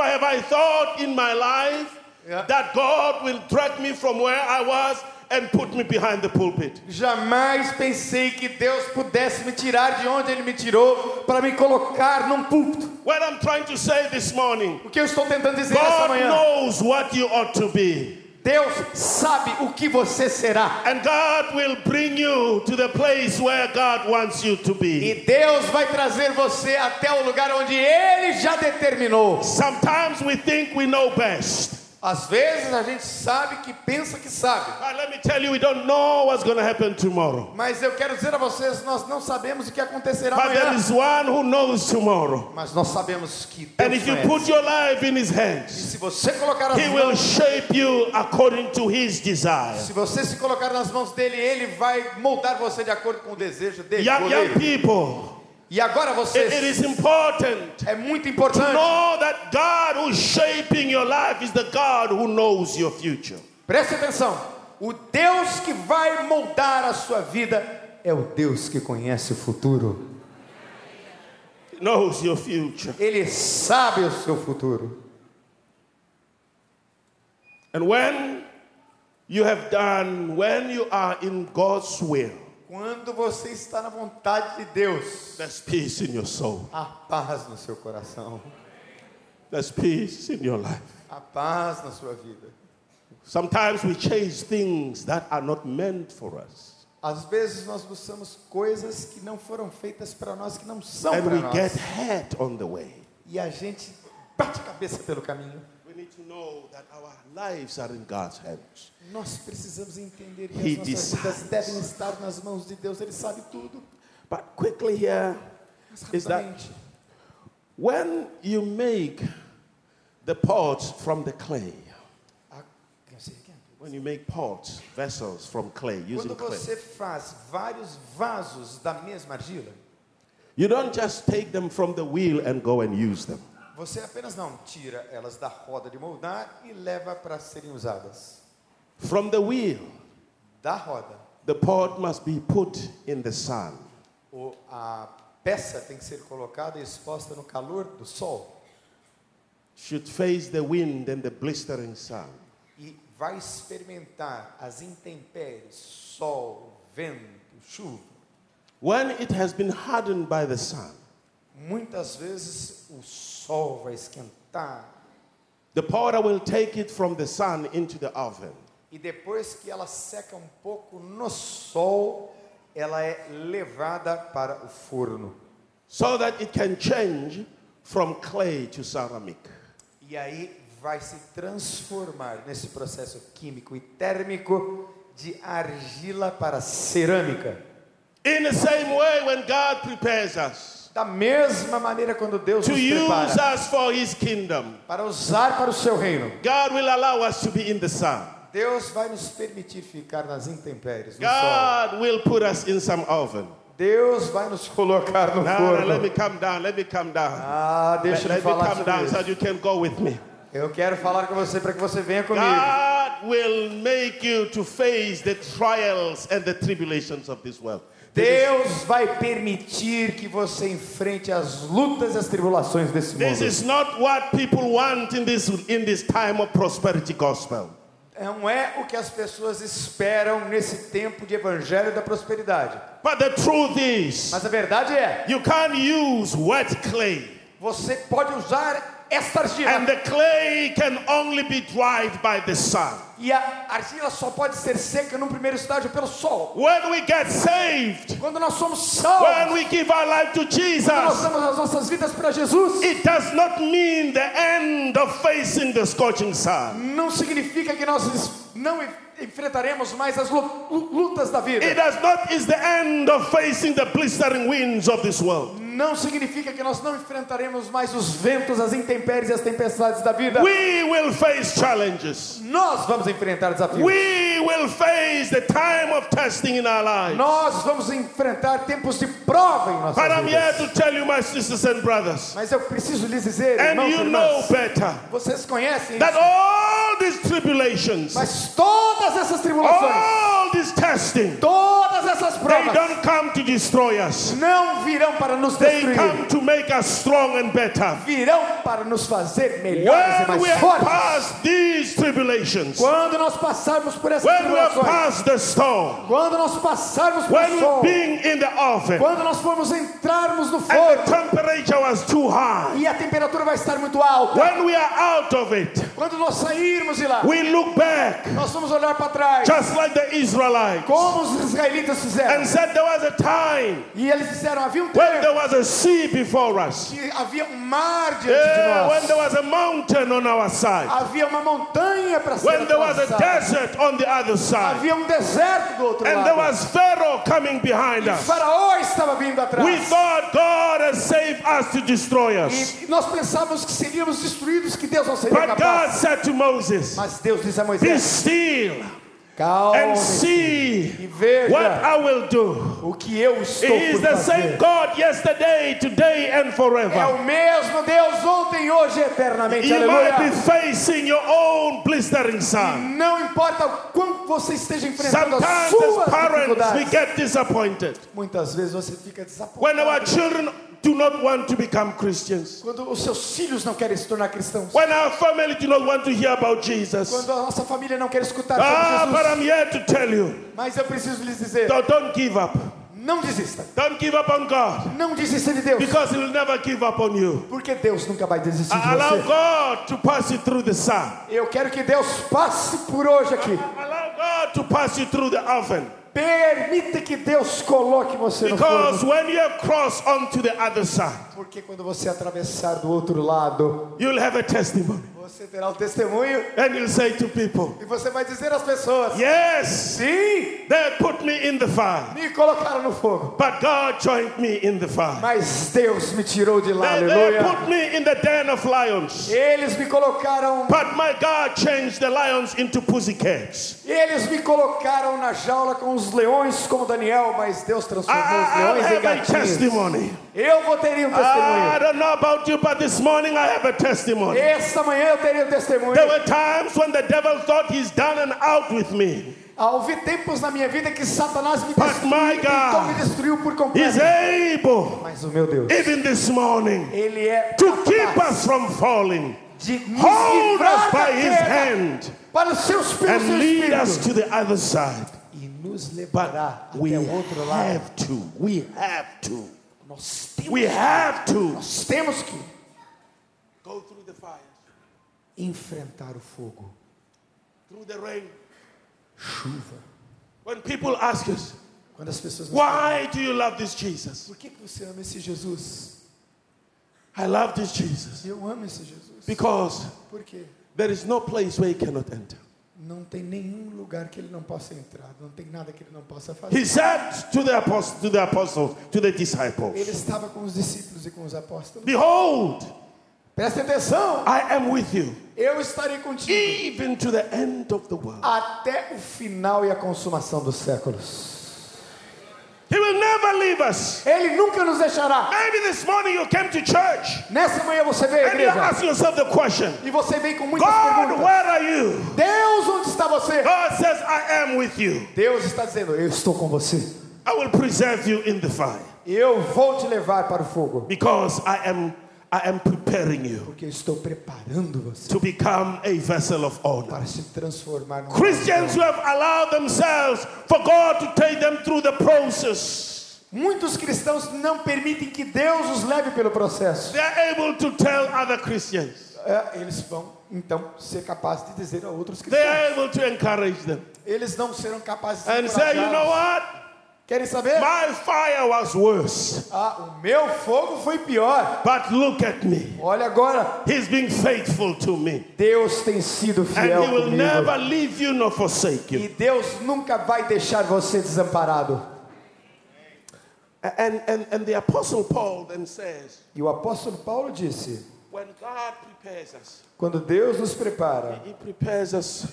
Speaker 2: have I thought in my life
Speaker 3: Yeah.
Speaker 2: that God will drag me from where I was and put me behind the pulpit.
Speaker 3: Jamais pensei que Deus pudesse me tirar de onde Ele me tirou para me colocar num púlpito.
Speaker 2: What I'm trying to say this morning,
Speaker 3: O que eu estou tentando dizer essa
Speaker 2: God
Speaker 3: manhã?
Speaker 2: knows what you ought to be.
Speaker 3: Deus sabe o que você será.
Speaker 2: And God will bring you to the place where God wants you to
Speaker 3: E
Speaker 2: be.
Speaker 3: Deus vai trazer você até o lugar onde Ele já determinou.
Speaker 2: Sometimes we think we know best.
Speaker 3: Às vezes a gente sabe que pensa que sabe.
Speaker 2: But let me tell you, we don't know what's going to happen tomorrow.
Speaker 3: Mas eu quero dizer a vocês, nós não sabemos o que acontecerá
Speaker 2: But there
Speaker 3: amanhã.
Speaker 2: is one who knows tomorrow.
Speaker 3: Mas nós sabemos que
Speaker 2: And
Speaker 3: Deus
Speaker 2: if you
Speaker 3: conhece.
Speaker 2: put your life in his
Speaker 3: E
Speaker 2: hands,
Speaker 3: se você colocar as
Speaker 2: He will
Speaker 3: mãos,
Speaker 2: shape you according to his desire.
Speaker 3: se você se colocar nas mãos dele, ele vai moldar você de acordo com o desejo dele.
Speaker 2: Young, young
Speaker 3: goleiro.
Speaker 2: people,
Speaker 3: E agora
Speaker 2: it- it
Speaker 3: vocês,
Speaker 2: is important
Speaker 3: é muito
Speaker 2: to
Speaker 3: importante.
Speaker 2: know that God who's shaping your life is the God who knows your future.
Speaker 3: Preste atenção. O Deus que vai moldar a sua vida é o Deus que conhece o futuro.
Speaker 2: He knows your future.
Speaker 3: Ele sabe o seu futuro.
Speaker 2: And when you have done, when you are in God's will,
Speaker 3: Quando você está na vontade de Deus,
Speaker 2: there's peace in your soul,
Speaker 3: há paz no seu coração,
Speaker 2: there's peace in your life.
Speaker 3: há paz na sua vida.
Speaker 2: Sometimes we chase things that are not meant for us,
Speaker 3: Às vezes nós buscamos coisas que não foram feitas para nós, que não são
Speaker 2: and
Speaker 3: para
Speaker 2: we
Speaker 3: nós.
Speaker 2: get hurt on the way.
Speaker 3: E a gente bate cabeça pelo caminho.
Speaker 2: We need to know that our lives are in God's hands.
Speaker 3: Nós precisamos entender que
Speaker 2: He
Speaker 3: as nossas vidas
Speaker 2: decides.
Speaker 3: devem estar nas mãos de Deus. Ele sabe tudo.
Speaker 2: But quickly here
Speaker 3: Mas
Speaker 2: is that
Speaker 3: rapidamente.
Speaker 2: when you make the pots from the clay,
Speaker 3: Ah, não sei quem.
Speaker 2: when you make pots, vessels from clay, using
Speaker 3: Quando
Speaker 2: clay,
Speaker 3: você faz vários vasos da mesma argila,
Speaker 2: you don't just take them from the wheel and go and use them.
Speaker 3: Você apenas não tira elas da roda de moldar e leva para serem usadas.
Speaker 2: From the wheel,
Speaker 3: Da roda,
Speaker 2: the pod must be put in the sun.
Speaker 3: o, a peça tem que ser colocada e exposta no calor do sol
Speaker 2: Should face the wind and the blistering sun.
Speaker 3: e vai experimentar as intempéries, sol, vento, chuva.
Speaker 2: When it has been hardened by the sun,
Speaker 3: Muitas vezes o sol vai esquentar
Speaker 2: the powder will take it from the sun into the oven.
Speaker 3: e depois que ela seca um pouco no sol, ela é levada para o forno.
Speaker 2: so that it can change from clay to ceramic.
Speaker 3: E aí vai se transformar nesse processo químico e térmico de argila para cerâmica.
Speaker 2: In the same way, when God prepares us
Speaker 3: Da mesma maneira quando Deus
Speaker 2: to
Speaker 3: nos
Speaker 2: use
Speaker 3: prepara
Speaker 2: us for His kingdom,
Speaker 3: para usar para o seu reino,
Speaker 2: God will allow us to be in the sun.
Speaker 3: Deus vai nos permitir ficar nas intempéries, no sol.
Speaker 2: God will put us in some oven.
Speaker 3: Deus vai nos colocar no
Speaker 2: Now, let me
Speaker 3: forno.
Speaker 2: come down. Let me come down.
Speaker 3: Ah, deixa
Speaker 2: Let,
Speaker 3: eu
Speaker 2: let me
Speaker 3: falar
Speaker 2: come
Speaker 3: sobre
Speaker 2: down so
Speaker 3: isso.
Speaker 2: you can go with me.
Speaker 3: Eu quero falar com você para que você venha comigo.
Speaker 2: God will make you to face the trials and the tribulations of this world. This is,
Speaker 3: Deus vai permitir que você enfrente as lutas e as tribulações desse
Speaker 2: this
Speaker 3: mundo.
Speaker 2: is not what people want in this, in this time of prosperity gospel.
Speaker 3: Não é o que as pessoas esperam nesse tempo de evangelho da prosperidade.
Speaker 2: But the truth is,
Speaker 3: Mas a verdade é,
Speaker 2: you can't use wet clay.
Speaker 3: você pode usar esta
Speaker 2: And
Speaker 3: argila.
Speaker 2: the clay can only be dried by the sun.
Speaker 3: E a argila só pode ser seca num primeiro estágio pelo sol.
Speaker 2: When we get saved,
Speaker 3: Quando nós somos
Speaker 2: when
Speaker 3: salvos,
Speaker 2: we give our life to
Speaker 3: quando nós
Speaker 2: Jesus,
Speaker 3: damos as nossas vidas para Jesus,
Speaker 2: it does not mean the end of facing the scorching sun.
Speaker 3: não significa que nós es- não en- enfrentaremos mais as lu- lu- lutas da
Speaker 2: It
Speaker 3: vida.
Speaker 2: does not is the end of facing the blistering winds of this world.
Speaker 3: Não significa que nós não enfrentaremos mais os ventos, as intempéries e as tempestades da vida.
Speaker 2: We will face challenges.
Speaker 3: Nós vamos enfrentar desafios.
Speaker 2: We will face the time of testing in our lives.
Speaker 3: Nós vamos enfrentar tempos de prova em
Speaker 2: But
Speaker 3: nossas
Speaker 2: I'm here
Speaker 3: vidas.
Speaker 2: to tell you, my sisters and brothers,
Speaker 3: Mas eu preciso lhes dizer,
Speaker 2: and
Speaker 3: irmãos e
Speaker 2: you know
Speaker 3: irmãs,
Speaker 2: better.
Speaker 3: vocês conhecem
Speaker 2: that
Speaker 3: isso,
Speaker 2: all these tribulations,
Speaker 3: mas todas essas tribulações,
Speaker 2: all this testing,
Speaker 3: todas essas
Speaker 2: Oh! they
Speaker 3: provas
Speaker 2: don't come to destroy us.
Speaker 3: não virão para nos
Speaker 2: They
Speaker 3: destruir,
Speaker 2: come to make us strong and better.
Speaker 3: virão para nos fazer melhores e
Speaker 2: When we
Speaker 3: mais
Speaker 2: are
Speaker 3: fortes.
Speaker 2: past these tribulations,
Speaker 3: Quando nós passarmos por essas
Speaker 2: when we are
Speaker 3: tribulações,
Speaker 2: past the storm,
Speaker 3: quando nós passarmos
Speaker 2: when
Speaker 3: pelo
Speaker 2: we're
Speaker 3: sol,
Speaker 2: being in the oven,
Speaker 3: quando nós formos entrarmos no
Speaker 2: and the
Speaker 3: fogo
Speaker 2: temperature was too high,
Speaker 3: e a temperatura vai estar muito alta,
Speaker 2: when we are out of it,
Speaker 3: quando nós sairmos de lá,
Speaker 2: we look back,
Speaker 3: nós vamos olhar para trás.
Speaker 2: just like the Israelites,
Speaker 3: Como os israelitas fizeram.
Speaker 2: and said there was a time
Speaker 3: E eles disseram: havia um
Speaker 2: when
Speaker 3: tempo
Speaker 2: there was a sea before us,
Speaker 3: que havia um mar diante
Speaker 2: Yeah, Eh, when
Speaker 3: de
Speaker 2: there
Speaker 3: nós.
Speaker 2: was a mountain on our side.
Speaker 3: Havia uma montanha para ser
Speaker 2: when there was a
Speaker 3: atravessada.
Speaker 2: desert on the other side
Speaker 3: Havia um deserto do outro
Speaker 2: and there
Speaker 3: lado.
Speaker 2: was Pharaoh coming behind
Speaker 3: E
Speaker 2: us,
Speaker 3: faraó estava vindo
Speaker 2: we
Speaker 3: atrás.
Speaker 2: thought God has saved us to destroy us.
Speaker 3: E nós pensávamos que seríamos destruídos, que Deus não seria
Speaker 2: But God
Speaker 3: capaz.
Speaker 2: said to Moses,
Speaker 3: Mas Deus disse a
Speaker 2: Be
Speaker 3: Moisés:
Speaker 2: still and
Speaker 3: Calma
Speaker 2: see
Speaker 3: e
Speaker 2: what
Speaker 3: veja
Speaker 2: I will do.
Speaker 3: o que eu estou
Speaker 2: He is
Speaker 3: por
Speaker 2: the same
Speaker 3: fazer.
Speaker 2: God yesterday, today, and
Speaker 3: É
Speaker 2: forever.
Speaker 3: o mesmo Deus ontem, hoje e eternamente.
Speaker 2: You might be
Speaker 3: Aleluia.
Speaker 2: facing your own blistering sun.
Speaker 3: Não importa o quanto você esteja enfrentando as
Speaker 2: Sometimes,
Speaker 3: suas
Speaker 2: as parents,
Speaker 3: dificuldades.
Speaker 2: we get disappointed
Speaker 3: Muitas vezes você fica
Speaker 2: when our
Speaker 3: desapontado
Speaker 2: children do not want to become Christians.
Speaker 3: quando os seus filhos não querem se tornar cristãos,
Speaker 2: When our family do not want to hear about Jesus.
Speaker 3: quando a nossa família não quer escutar
Speaker 2: Ah,
Speaker 3: sobre
Speaker 2: but I'm
Speaker 3: Jesus.
Speaker 2: here to tell you.
Speaker 3: Mas eu preciso lhes dizer:
Speaker 2: Don't, don't give up.
Speaker 3: não desista,
Speaker 2: Don't give up on God.
Speaker 3: não desista de Deus,
Speaker 2: Because He will never give up on you.
Speaker 3: porque Deus nunca vai desistir de
Speaker 2: Ah, Allow
Speaker 3: você.
Speaker 2: God to pass you through the sun.
Speaker 3: Eu quero que Deus passe por hoje aqui.
Speaker 2: Allow God to pass you through the oven.
Speaker 3: Permita que Deus coloque você no
Speaker 2: Because
Speaker 3: fogo,
Speaker 2: when you have crossed onto the other side,
Speaker 3: porque quando você atravessar do outro lado,
Speaker 2: you'll have a testimony.
Speaker 3: Você terá o testemunho
Speaker 2: and you say to people,
Speaker 3: e você vai dizer às pessoas:
Speaker 2: Yes,
Speaker 3: Sim,
Speaker 2: they put me in the fire,
Speaker 3: me colocaram no fogo,
Speaker 2: but God joined me in the fire.
Speaker 3: mas Deus me tirou de lá,
Speaker 2: They, they
Speaker 3: aleluia.
Speaker 2: put me in the den of lions,
Speaker 3: Eles me colocaram,
Speaker 2: but my God changed the lions into pussycats.
Speaker 3: eles me colocaram na jaula com os leões como Daniel, mas Deus
Speaker 2: I,
Speaker 3: transformou os
Speaker 2: I, I
Speaker 3: leões em
Speaker 2: have a
Speaker 3: gatinhos.
Speaker 2: testimony.
Speaker 3: Eu vou ter um
Speaker 2: I
Speaker 3: testemunho.
Speaker 2: don't know about you, but this morning I have a testimony.
Speaker 3: Esta manhã eu teria um testemunho.
Speaker 2: There were times when the devil thought he's done and out with me.
Speaker 3: Houve tempos na minha vida que Satanás me
Speaker 2: But
Speaker 3: destruiu,
Speaker 2: my
Speaker 3: tentou
Speaker 2: God
Speaker 3: me destruiu por completo.
Speaker 2: He's able,
Speaker 3: Mas o meu Deus,
Speaker 2: even this morning,
Speaker 3: Ele é
Speaker 2: to keep
Speaker 3: capaz
Speaker 2: us from falling,
Speaker 3: de nos
Speaker 2: hold
Speaker 3: livrar
Speaker 2: us
Speaker 3: da
Speaker 2: by his
Speaker 3: queda
Speaker 2: hand,
Speaker 3: para os seus pés,
Speaker 2: and
Speaker 3: seu
Speaker 2: lead
Speaker 3: espírito,
Speaker 2: us to the other side.
Speaker 3: e nos levará
Speaker 2: But
Speaker 3: até
Speaker 2: we
Speaker 3: o outro lado.
Speaker 2: have to, we have to,
Speaker 3: Nós temos,
Speaker 2: we have to
Speaker 3: nós temos que
Speaker 2: go through the fires,
Speaker 3: enfrentar o fogo,
Speaker 2: through the rain.
Speaker 3: chuva.
Speaker 2: When people ask us,
Speaker 3: Quando as pessoas nos falam,
Speaker 2: why do you love this Jesus?
Speaker 3: por que que você ama esse Jesus?
Speaker 2: I love this Jesus
Speaker 3: Eu amo esse Jesus.
Speaker 2: because
Speaker 3: Por quê?
Speaker 2: there is no place where he cannot enter.
Speaker 3: Não tem nenhum lugar que ele não possa entrar, não tem nada que ele não possa fazer.
Speaker 2: He said to the apostles, to the apostles, to the disciples,
Speaker 3: Ele estava com os discípulos e com os apóstolos.
Speaker 2: Behold,
Speaker 3: Presta atenção,
Speaker 2: I am with you
Speaker 3: eu estarei contigo
Speaker 2: even to the end of the world.
Speaker 3: até o final e a consumação dos séculos.
Speaker 2: He will never leave us.
Speaker 3: Ele nunca nos deixará.
Speaker 2: Maybe this morning you came to church
Speaker 3: Nessa manhã você veio à
Speaker 2: and you
Speaker 3: igreja
Speaker 2: ask yourself the question
Speaker 3: e você vem com muitas
Speaker 2: God,
Speaker 3: perguntas.
Speaker 2: where are you?
Speaker 3: Deus, onde está você?
Speaker 2: God says, I am with you.
Speaker 3: Deus está dizendo: Eu estou com você.
Speaker 2: I will preserve you in the fire
Speaker 3: Eu vou te levar para o fogo,
Speaker 2: because I am, I am preparing you
Speaker 3: porque eu estou preparando você
Speaker 2: to become a vessel of honor.
Speaker 3: para se transformar num
Speaker 2: Christians who have allowed themselves for God to take them through the process.
Speaker 3: Muitos cristãos não permitem que Deus os leve pelo processo.
Speaker 2: They're able to tell other Christians.
Speaker 3: É, eles vão então ser capazes de dizer a outros
Speaker 2: They
Speaker 3: cristãos.
Speaker 2: are able to encourage them
Speaker 3: Eles não serão capazes de
Speaker 2: and say, you know
Speaker 3: encorajá-los.
Speaker 2: what?
Speaker 3: Querem saber?
Speaker 2: My fire was worse,
Speaker 3: Ah, o meu fogo foi pior.
Speaker 2: but look at me.
Speaker 3: Olha agora,
Speaker 2: He's been faithful to me,
Speaker 3: Deus tem sido
Speaker 2: and
Speaker 3: fiel
Speaker 2: He will
Speaker 3: comigo.
Speaker 2: never leave you nor forsake
Speaker 3: E
Speaker 2: you.
Speaker 3: Deus nunca vai deixar você desamparado.
Speaker 2: And, and, and the Apostle Paul then says,
Speaker 3: E o apóstolo Paulo disse:
Speaker 2: when God prepares us,
Speaker 3: quando Deus nos prepara
Speaker 2: He prepares us,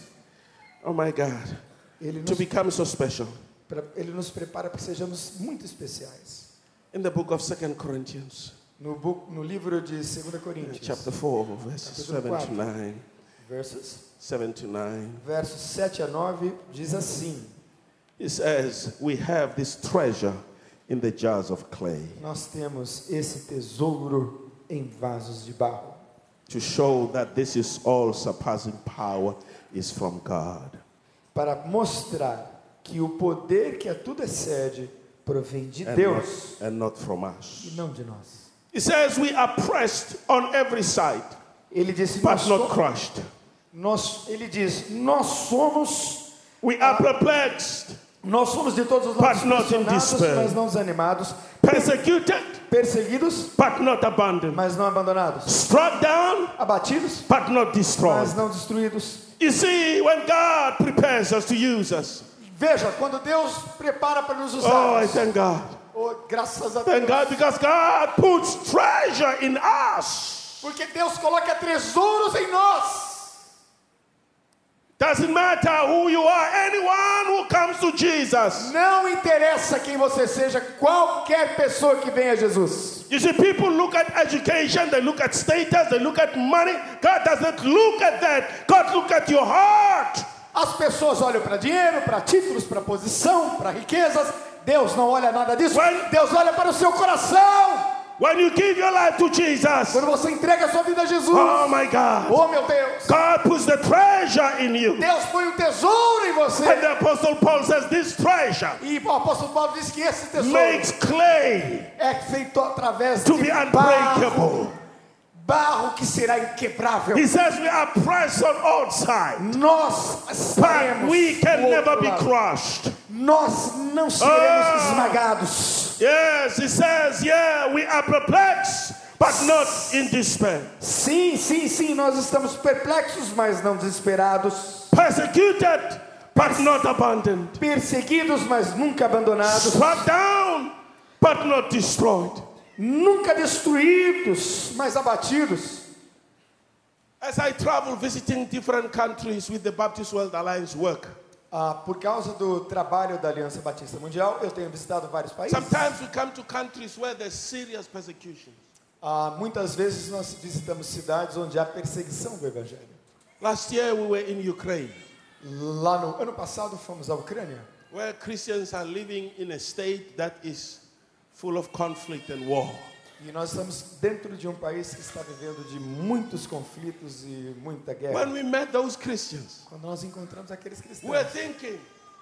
Speaker 2: oh my God,
Speaker 3: Ele
Speaker 2: to
Speaker 3: nos,
Speaker 2: become so special.
Speaker 3: pra, ele nos prepara para que sejamos muito especiais.
Speaker 2: In the book of Second Corinthians,
Speaker 3: No, bu- no livro de 2 Coríntios,
Speaker 2: chapter 4, verses 7 to 9,
Speaker 3: versos,
Speaker 2: 7 to 9.
Speaker 3: versos 7 a 9, diz assim:
Speaker 2: He says, We have this treasure in the jars of clay
Speaker 3: Nós temos esse tesouro em vasos de barro,
Speaker 2: to show that this is all surpassing power is from God.
Speaker 3: para mostrar que o poder que a tudo excede provém de
Speaker 2: And
Speaker 3: Deus
Speaker 2: not, and not from
Speaker 3: e
Speaker 2: us.
Speaker 3: não de nós.
Speaker 2: He says, We are pressed on every side,
Speaker 3: Ele disse: nós,
Speaker 2: but not
Speaker 3: so-
Speaker 2: crushed.
Speaker 3: nós, ele diz, nós somos
Speaker 2: We are perplexed,
Speaker 3: Nós somos de todos os
Speaker 2: But
Speaker 3: lados
Speaker 2: not in
Speaker 3: pressionados,
Speaker 2: despair.
Speaker 3: mas não desanimados,
Speaker 2: persecuted,
Speaker 3: perseguidos,
Speaker 2: but not abandoned,
Speaker 3: mas não abandonados,
Speaker 2: struck down,
Speaker 3: abatidos,
Speaker 2: but not destroyed.
Speaker 3: mas não destruídos.
Speaker 2: You see, when God prepares us to use us,
Speaker 3: Veja, quando Deus prepara para nos usar,
Speaker 2: oh, I thank God.
Speaker 3: oh, graças a
Speaker 2: Thank
Speaker 3: Deus,
Speaker 2: God because God puts treasure in us.
Speaker 3: porque Deus coloca tesouros em nós.
Speaker 2: Doesn't matter who you are, anyone who comes to Jesus.
Speaker 3: Não interessa quem você seja, qualquer pessoa que venha a Jesus.
Speaker 2: You see, people look at education, they look at status, they look at money. God doesn't look at that. God look at your heart.
Speaker 3: As pessoas olham para dinheiro, para títulos, para posição, para riquezas. Deus não olha nada disso.
Speaker 2: Quando-
Speaker 3: Deus olha para o seu coração.
Speaker 2: When you give your life to Jesus,
Speaker 3: Quando você entrega a sua vida a Jesus.
Speaker 2: oh my God,
Speaker 3: Oh meu Deus!
Speaker 2: God puts the treasure in you.
Speaker 3: Deus põe um tesouro em
Speaker 2: And
Speaker 3: você.
Speaker 2: the Apostle Paul says this treasure
Speaker 3: E o apóstolo Paulo diz que esse tesouro
Speaker 2: makes clay
Speaker 3: é feito através
Speaker 2: to be
Speaker 3: de barro,
Speaker 2: unbreakable.
Speaker 3: barro que será inquebrável.
Speaker 2: He says we are pressed on all sides,
Speaker 3: Nós
Speaker 2: but
Speaker 3: seremos
Speaker 2: we
Speaker 3: do
Speaker 2: can
Speaker 3: outro
Speaker 2: never be
Speaker 3: lado.
Speaker 2: crushed.
Speaker 3: Nós não seremos
Speaker 2: Ah!
Speaker 3: esmagados.
Speaker 2: Yes, he says, yeah, we are perplexed, but not in despair.
Speaker 3: Sim, sim, sim, nós estamos perplexos, mas não desesperados.
Speaker 2: Persecuted, but not abandoned.
Speaker 3: Perseguidos, mas nunca abandonados.
Speaker 2: Struck down, but not destroyed.
Speaker 3: Nunca destruídos, mas abatidos.
Speaker 2: As I travel visiting different countries with the Baptist World Alliance work,
Speaker 3: Ah, por causa do trabalho da Aliança Batista Mundial, eu tenho visitado vários países.
Speaker 2: sometimes we come to countries where there's serious persecution,
Speaker 3: Ah, muitas vezes nós visitamos cidades onde há perseguição do Evangelho.
Speaker 2: Last year we were in Ukraine,
Speaker 3: Lá no ano passado fomos à Ucrânia,
Speaker 2: where Christians are living in a state that is full of conflict and war.
Speaker 3: E nós estamos dentro de um país que está vivendo de muitos conflitos e muita
Speaker 2: When
Speaker 3: guerra.
Speaker 2: we met those Christians,
Speaker 3: Quando nós encontramos aqueles
Speaker 2: we were
Speaker 3: cristãos,
Speaker 2: thinking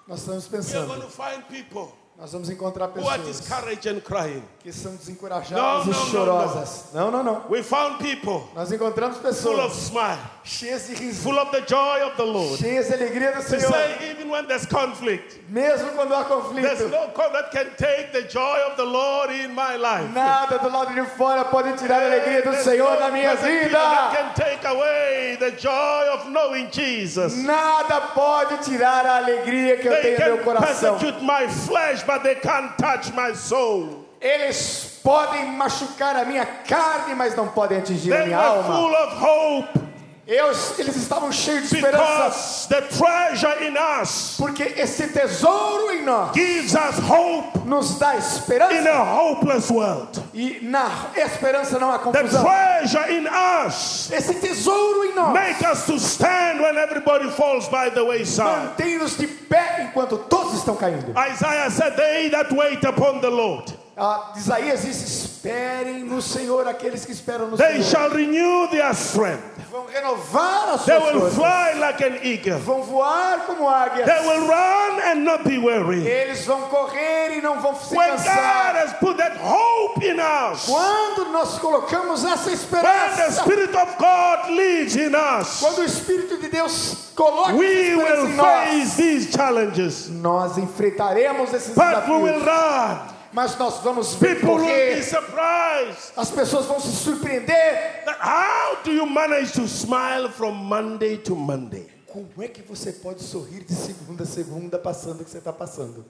Speaker 3: nós estamos
Speaker 2: we are going
Speaker 3: pensando,
Speaker 2: to find people
Speaker 3: nós vamos encontrar
Speaker 2: who are
Speaker 3: pessoas
Speaker 2: discouraged and crying.
Speaker 3: que são desencorajadas
Speaker 2: Não,
Speaker 3: e
Speaker 2: não, não,
Speaker 3: chorosas. Não, não, não.
Speaker 2: We found people
Speaker 3: Nós encontramos
Speaker 2: full of
Speaker 3: pessoas
Speaker 2: smile,
Speaker 3: cheias de riso,
Speaker 2: full of the joy of the Lord.
Speaker 3: cheias de alegria do
Speaker 2: To
Speaker 3: Senhor,
Speaker 2: say even when there's conflict,
Speaker 3: mesmo quando há
Speaker 2: There's
Speaker 3: conflito.
Speaker 2: no call that can take the joy of the Lord in my life.
Speaker 3: Nada do lado de fora pode tirar a alegria do
Speaker 2: There's
Speaker 3: Senhor
Speaker 2: no
Speaker 3: da minha
Speaker 2: persecution
Speaker 3: vida.
Speaker 2: That can take away the joy of knowing Jesus.
Speaker 3: Nada pode tirar a alegria que eu
Speaker 2: They
Speaker 3: tenho
Speaker 2: can
Speaker 3: no meu coração.
Speaker 2: persecute my flesh, but they can't touch my soul.
Speaker 3: Eles podem machucar a minha carne, mas não podem atingir a
Speaker 2: They
Speaker 3: minha
Speaker 2: were
Speaker 3: alma.
Speaker 2: full of hope
Speaker 3: Eu, eles estavam cheios de esperança,
Speaker 2: because the treasure in us
Speaker 3: porque esse tesouro em nós
Speaker 2: gives us hope
Speaker 3: nos dá
Speaker 2: in
Speaker 3: esperança.
Speaker 2: a hopeless world.
Speaker 3: E na esperança não há
Speaker 2: The
Speaker 3: confusão.
Speaker 2: treasure in us
Speaker 3: Esse tesouro em nós
Speaker 2: make us to stand when everybody falls by the wayside.
Speaker 3: mantém-nos de pé enquanto todos estão caindo.
Speaker 2: Isaiah said, They that wait upon the Lord,
Speaker 3: Ah, Isaías disse: Esperem no Senhor aqueles que esperam no
Speaker 2: they
Speaker 3: Senhor.
Speaker 2: shall renew their strength.
Speaker 3: Vão renovar as
Speaker 2: They
Speaker 3: suas
Speaker 2: will
Speaker 3: forças.
Speaker 2: fly like an eagle.
Speaker 3: Vão voar como
Speaker 2: They
Speaker 3: águias.
Speaker 2: will run and not be weary.
Speaker 3: Eles vão correr e não vão se
Speaker 2: When
Speaker 3: cansar.
Speaker 2: God has put that hope in us, when
Speaker 3: Quando nós colocamos essa
Speaker 2: the
Speaker 3: esperança,
Speaker 2: Spirit of God lives in us,
Speaker 3: quando o Espírito de Deus coloca essa
Speaker 2: we
Speaker 3: esperança
Speaker 2: will
Speaker 3: em nós,
Speaker 2: face these challenges.
Speaker 3: nós enfrentaremos esses
Speaker 2: But we will
Speaker 3: desafios,
Speaker 2: run.
Speaker 3: mas nós vamos ver
Speaker 2: People will be
Speaker 3: correr.
Speaker 2: surprised.
Speaker 3: As pessoas vão se surpreender.
Speaker 2: that How do you manage to smile from Monday to Monday?
Speaker 3: Como é que você pode sorrir de segunda a segunda passando o que você está passando?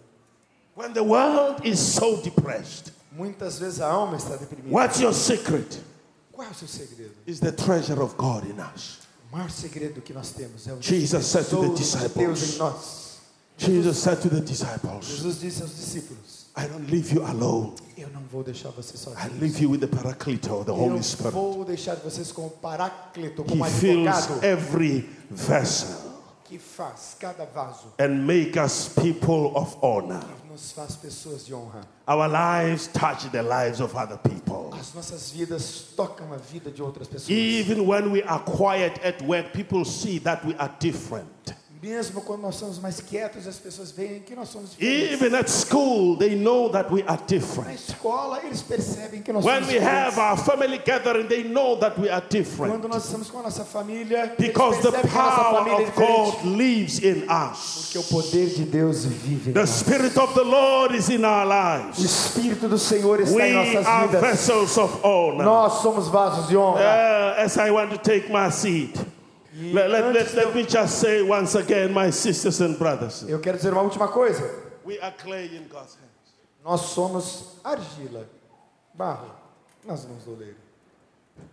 Speaker 2: When the world is so depressed,
Speaker 3: Muitas vezes a alma está deprimida.
Speaker 2: what's your secret?
Speaker 3: Qual é o seu segredo?
Speaker 2: is the treasure of God in us.
Speaker 3: O maior segredo que nós temos é o
Speaker 2: Jesus said to the
Speaker 3: tesouro de Deus
Speaker 2: disciples,
Speaker 3: em nós.
Speaker 2: Jesus said to the disciples,
Speaker 3: Jesus disse aos discípulos:
Speaker 2: I don't leave you alone.
Speaker 3: Eu não vou deixar você
Speaker 2: I
Speaker 3: sozinho.
Speaker 2: leave you with the Paracleto, the
Speaker 3: Eu
Speaker 2: Holy Spirit.
Speaker 3: vou deixar vocês com o Paráclito,
Speaker 2: He
Speaker 3: como
Speaker 2: fills
Speaker 3: advogado,
Speaker 2: every vessel
Speaker 3: que faz cada vaso,
Speaker 2: and make us people of honor.
Speaker 3: nos faz pessoas de honra.
Speaker 2: Our lives touch the lives of other people.
Speaker 3: As nossas vidas tocam a vida de outras pessoas.
Speaker 2: Even when we are quiet at work, people see that we are different.
Speaker 3: Mesmo quando nós somos mais quietos, as pessoas veem que nós somos diferentes.
Speaker 2: Even at school, they know that we are
Speaker 3: Na
Speaker 2: different.
Speaker 3: escola, eles percebem que nós
Speaker 2: When
Speaker 3: somos
Speaker 2: we have
Speaker 3: diferentes.
Speaker 2: our family gathering, they know that we are
Speaker 3: Quando
Speaker 2: different.
Speaker 3: nós estamos com a nossa família,
Speaker 2: Because
Speaker 3: eles
Speaker 2: the
Speaker 3: percebem que a nossa
Speaker 2: power
Speaker 3: família é
Speaker 2: of
Speaker 3: diferente.
Speaker 2: God lives in us.
Speaker 3: Porque o poder de Deus vive em
Speaker 2: The
Speaker 3: nós.
Speaker 2: Spirit of the Lord is in our
Speaker 3: O
Speaker 2: lives.
Speaker 3: Espírito do Senhor está em
Speaker 2: We
Speaker 3: nossas
Speaker 2: are
Speaker 3: vidas.
Speaker 2: vessels of honor.
Speaker 3: Nós somos vasos de honra.
Speaker 2: Uh, as I want to take my seat, let, let, let, let me just say once again, my sisters and brothers,
Speaker 3: Eu quero dizer uma última coisa.
Speaker 2: we are clay in God's hands.
Speaker 3: Nós somos argila, barro, nas mãos do oleiro.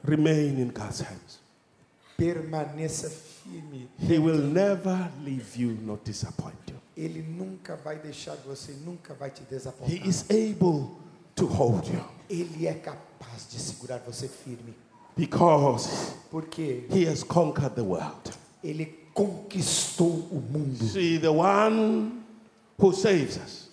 Speaker 2: Remain in God's hands.
Speaker 3: Permaneça firme.
Speaker 2: He will never leave you nor disappoint you.
Speaker 3: Ele nunca vai deixar você, nunca vai te desapontar.
Speaker 2: He is able to hold you
Speaker 3: Ele é capaz de segurar você firme,
Speaker 2: because
Speaker 3: porque
Speaker 2: He has conquered the world.
Speaker 3: ele conquistou o mundo.
Speaker 2: See, the one who saves us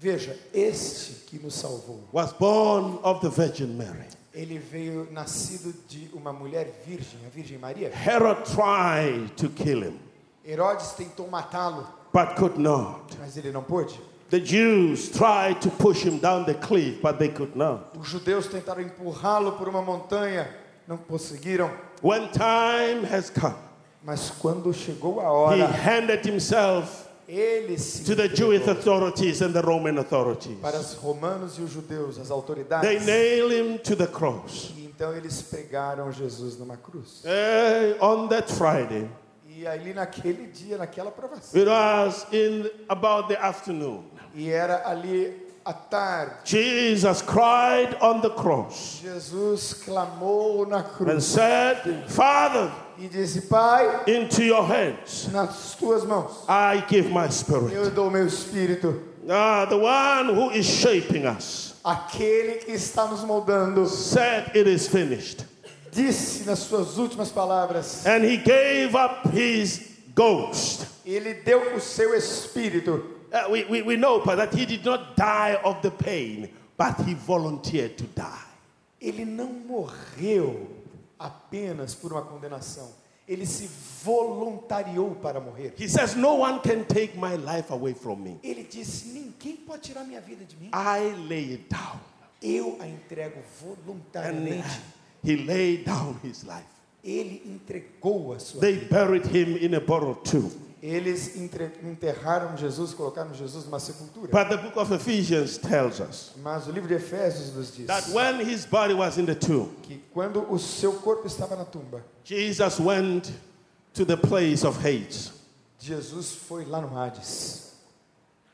Speaker 3: Veja, este que nos salvou,
Speaker 2: was born of the Virgin Mary.
Speaker 3: ele veio nascido de uma mulher virgem, a Virgem Maria.
Speaker 2: Herod tried to kill him,
Speaker 3: Herodes tentou matá-lo,
Speaker 2: but could not.
Speaker 3: mas ele não pôde.
Speaker 2: The Jews tried to push him down the cliff, but they could not.
Speaker 3: Os judeus tentaram empurrá-lo por uma montanha, não conseguiram.
Speaker 2: When time has come,
Speaker 3: Mas quando chegou a
Speaker 2: he
Speaker 3: hora,
Speaker 2: handed himself
Speaker 3: Ele se
Speaker 2: to the Jewish
Speaker 3: entregou
Speaker 2: authorities and the Roman authorities.
Speaker 3: para os romanos e os judeus, as
Speaker 2: They
Speaker 3: autoridades.
Speaker 2: nail him to the cross.
Speaker 3: E então eles pregaram Jesus numa cruz.
Speaker 2: Eh, on that Friday,
Speaker 3: E ali naquele dia, naquela provação.
Speaker 2: it was in about the afternoon.
Speaker 3: E era ali à tarde.
Speaker 2: Jesus cried on the cross
Speaker 3: Jesus clamou na
Speaker 2: and
Speaker 3: cruz
Speaker 2: said, Father,
Speaker 3: e disse: Pai,
Speaker 2: into your hands
Speaker 3: nas tuas mãos
Speaker 2: I give my spirit.
Speaker 3: eu dou meu espírito.
Speaker 2: Ah, the one who is shaping us
Speaker 3: Aquele que está nos moldando
Speaker 2: said, It is finished.
Speaker 3: disse nas suas últimas palavras:
Speaker 2: And he gave up his ghost.
Speaker 3: Ele deu o seu espírito.
Speaker 2: Uh, we, we, we know but that he did not die of the pain, but he volunteered to die.
Speaker 3: Ele não morreu apenas por uma condenação. Ele se voluntariou para morrer.
Speaker 2: He says, No one can take my life away from me.
Speaker 3: Ele disse: Ninguém pode tirar minha vida de mim.
Speaker 2: I lay it down.
Speaker 3: Eu a entrego
Speaker 2: And
Speaker 3: voluntariamente.
Speaker 2: he laid down his life.
Speaker 3: Ele entregou a sua
Speaker 2: They
Speaker 3: vida.
Speaker 2: buried him in a borrowed tomb.
Speaker 3: Eles entre- enterraram Jesus, colocaram Jesus numa sepultura.
Speaker 2: But the book of Ephesians tells us
Speaker 3: Mas o livro de Efésios nos diz
Speaker 2: that when his body was in the tomb,
Speaker 3: que quando o seu corpo estava na tumba,
Speaker 2: Jesus went to the place of Hades
Speaker 3: Jesus foi lá no Hades,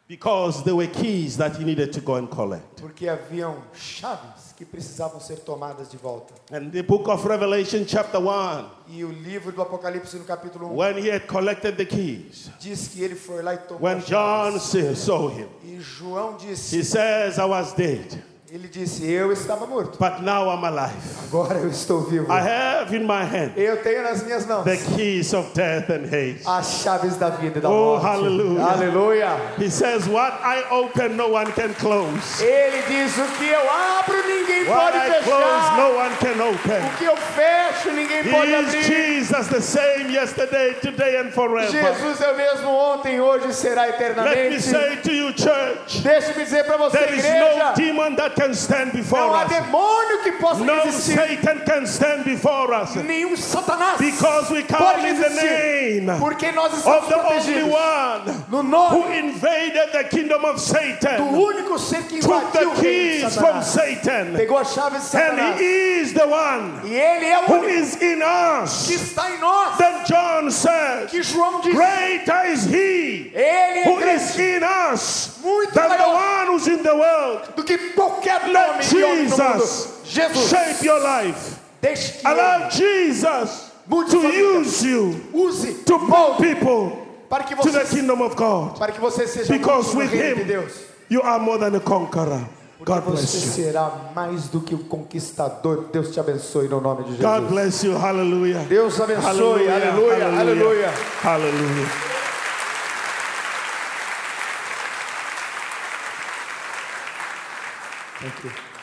Speaker 2: because there were keys that he needed to go and collect.
Speaker 3: porque haviam chaves que precisavam ser tomadas de volta.
Speaker 2: And the book of Revelation, chapter 1,
Speaker 3: E o livro do Apocalipse, no capítulo 1,
Speaker 2: when he had collected the keys,
Speaker 3: diz que ele foi lá e tomou
Speaker 2: when
Speaker 3: as
Speaker 2: John sa-
Speaker 3: chaves.
Speaker 2: saw him,
Speaker 3: E João
Speaker 2: he
Speaker 3: disse,
Speaker 2: says, I was dead,
Speaker 3: ele disse, eu estava morto,
Speaker 2: but now I'm alive.
Speaker 3: agora eu estou vivo.
Speaker 2: I have in my hand
Speaker 3: Eu tenho nas minhas mãos
Speaker 2: the keys of death and hate.
Speaker 3: as chaves da vida e da
Speaker 2: Oh,
Speaker 3: morte.
Speaker 2: aleluia.
Speaker 3: Aleluia.
Speaker 2: He says, What I open, no one can close.
Speaker 3: Ele diz: o que eu abro, ninguém
Speaker 2: What
Speaker 3: pode
Speaker 2: I close,
Speaker 3: fechar.
Speaker 2: no one can
Speaker 3: O
Speaker 2: open.
Speaker 3: que eu fecho, ninguém
Speaker 2: He
Speaker 3: pode
Speaker 2: is
Speaker 3: abrir.
Speaker 2: Jesus the same yesterday, today, and forever.
Speaker 3: Jesus é o mesmo ontem, hoje e será
Speaker 2: Let me
Speaker 3: eternamente.
Speaker 2: say to you, church,
Speaker 3: Deixa-me dizer para você,
Speaker 2: there is no
Speaker 3: igreja:
Speaker 2: demon that can stand before
Speaker 3: não há
Speaker 2: us.
Speaker 3: demônio que possa
Speaker 2: No
Speaker 3: existir.
Speaker 2: Satan can stand before us.
Speaker 3: Nenhum Satanás
Speaker 2: Because we call
Speaker 3: pode
Speaker 2: in the
Speaker 3: existir.
Speaker 2: name of
Speaker 3: Porque nós estamos
Speaker 2: the only
Speaker 3: protegidos
Speaker 2: one
Speaker 3: no
Speaker 2: who
Speaker 3: nome
Speaker 2: invaded the kingdom of
Speaker 3: do
Speaker 2: Satan,
Speaker 3: único ser que
Speaker 2: took
Speaker 3: invadiu
Speaker 2: the
Speaker 3: o reino de
Speaker 2: keys from
Speaker 3: Satanás.
Speaker 2: Satan,
Speaker 3: Pegou as chaves de
Speaker 2: and
Speaker 3: Satanás.
Speaker 2: he is the one
Speaker 3: E ele é o
Speaker 2: who
Speaker 3: único
Speaker 2: is in
Speaker 3: que
Speaker 2: us.
Speaker 3: está em nós.
Speaker 2: Then John says,
Speaker 3: Que João diz:
Speaker 2: Greater is he
Speaker 3: Ele é
Speaker 2: who
Speaker 3: grande.
Speaker 2: is in us
Speaker 3: Muito
Speaker 2: than the
Speaker 3: maior.
Speaker 2: one who's in the world.
Speaker 3: do que qualquer
Speaker 2: Let
Speaker 3: nome que homem no mundo.
Speaker 2: Jesus
Speaker 3: Jesus,
Speaker 2: shape your life.
Speaker 3: deixe que
Speaker 2: Allow
Speaker 3: ele
Speaker 2: Jesus
Speaker 3: Muito
Speaker 2: to
Speaker 3: família.
Speaker 2: use you
Speaker 3: use
Speaker 2: to bring people
Speaker 3: para que
Speaker 2: to the
Speaker 3: você
Speaker 2: kingdom of God.
Speaker 3: para que você seja
Speaker 2: Because
Speaker 3: útil no
Speaker 2: with
Speaker 3: reino de
Speaker 2: him,
Speaker 3: Deus.
Speaker 2: you are more than a conqueror. God
Speaker 3: Porque você
Speaker 2: bless you.
Speaker 3: será mais do que o conquistador. Deus te abençoe no nome de Jesus.
Speaker 2: God bless you. Hallelujah.
Speaker 3: Deus abençoe. Aleluia.
Speaker 2: Hallelujah.
Speaker 3: Aleluia.
Speaker 2: Hallelujah.
Speaker 3: Thank you.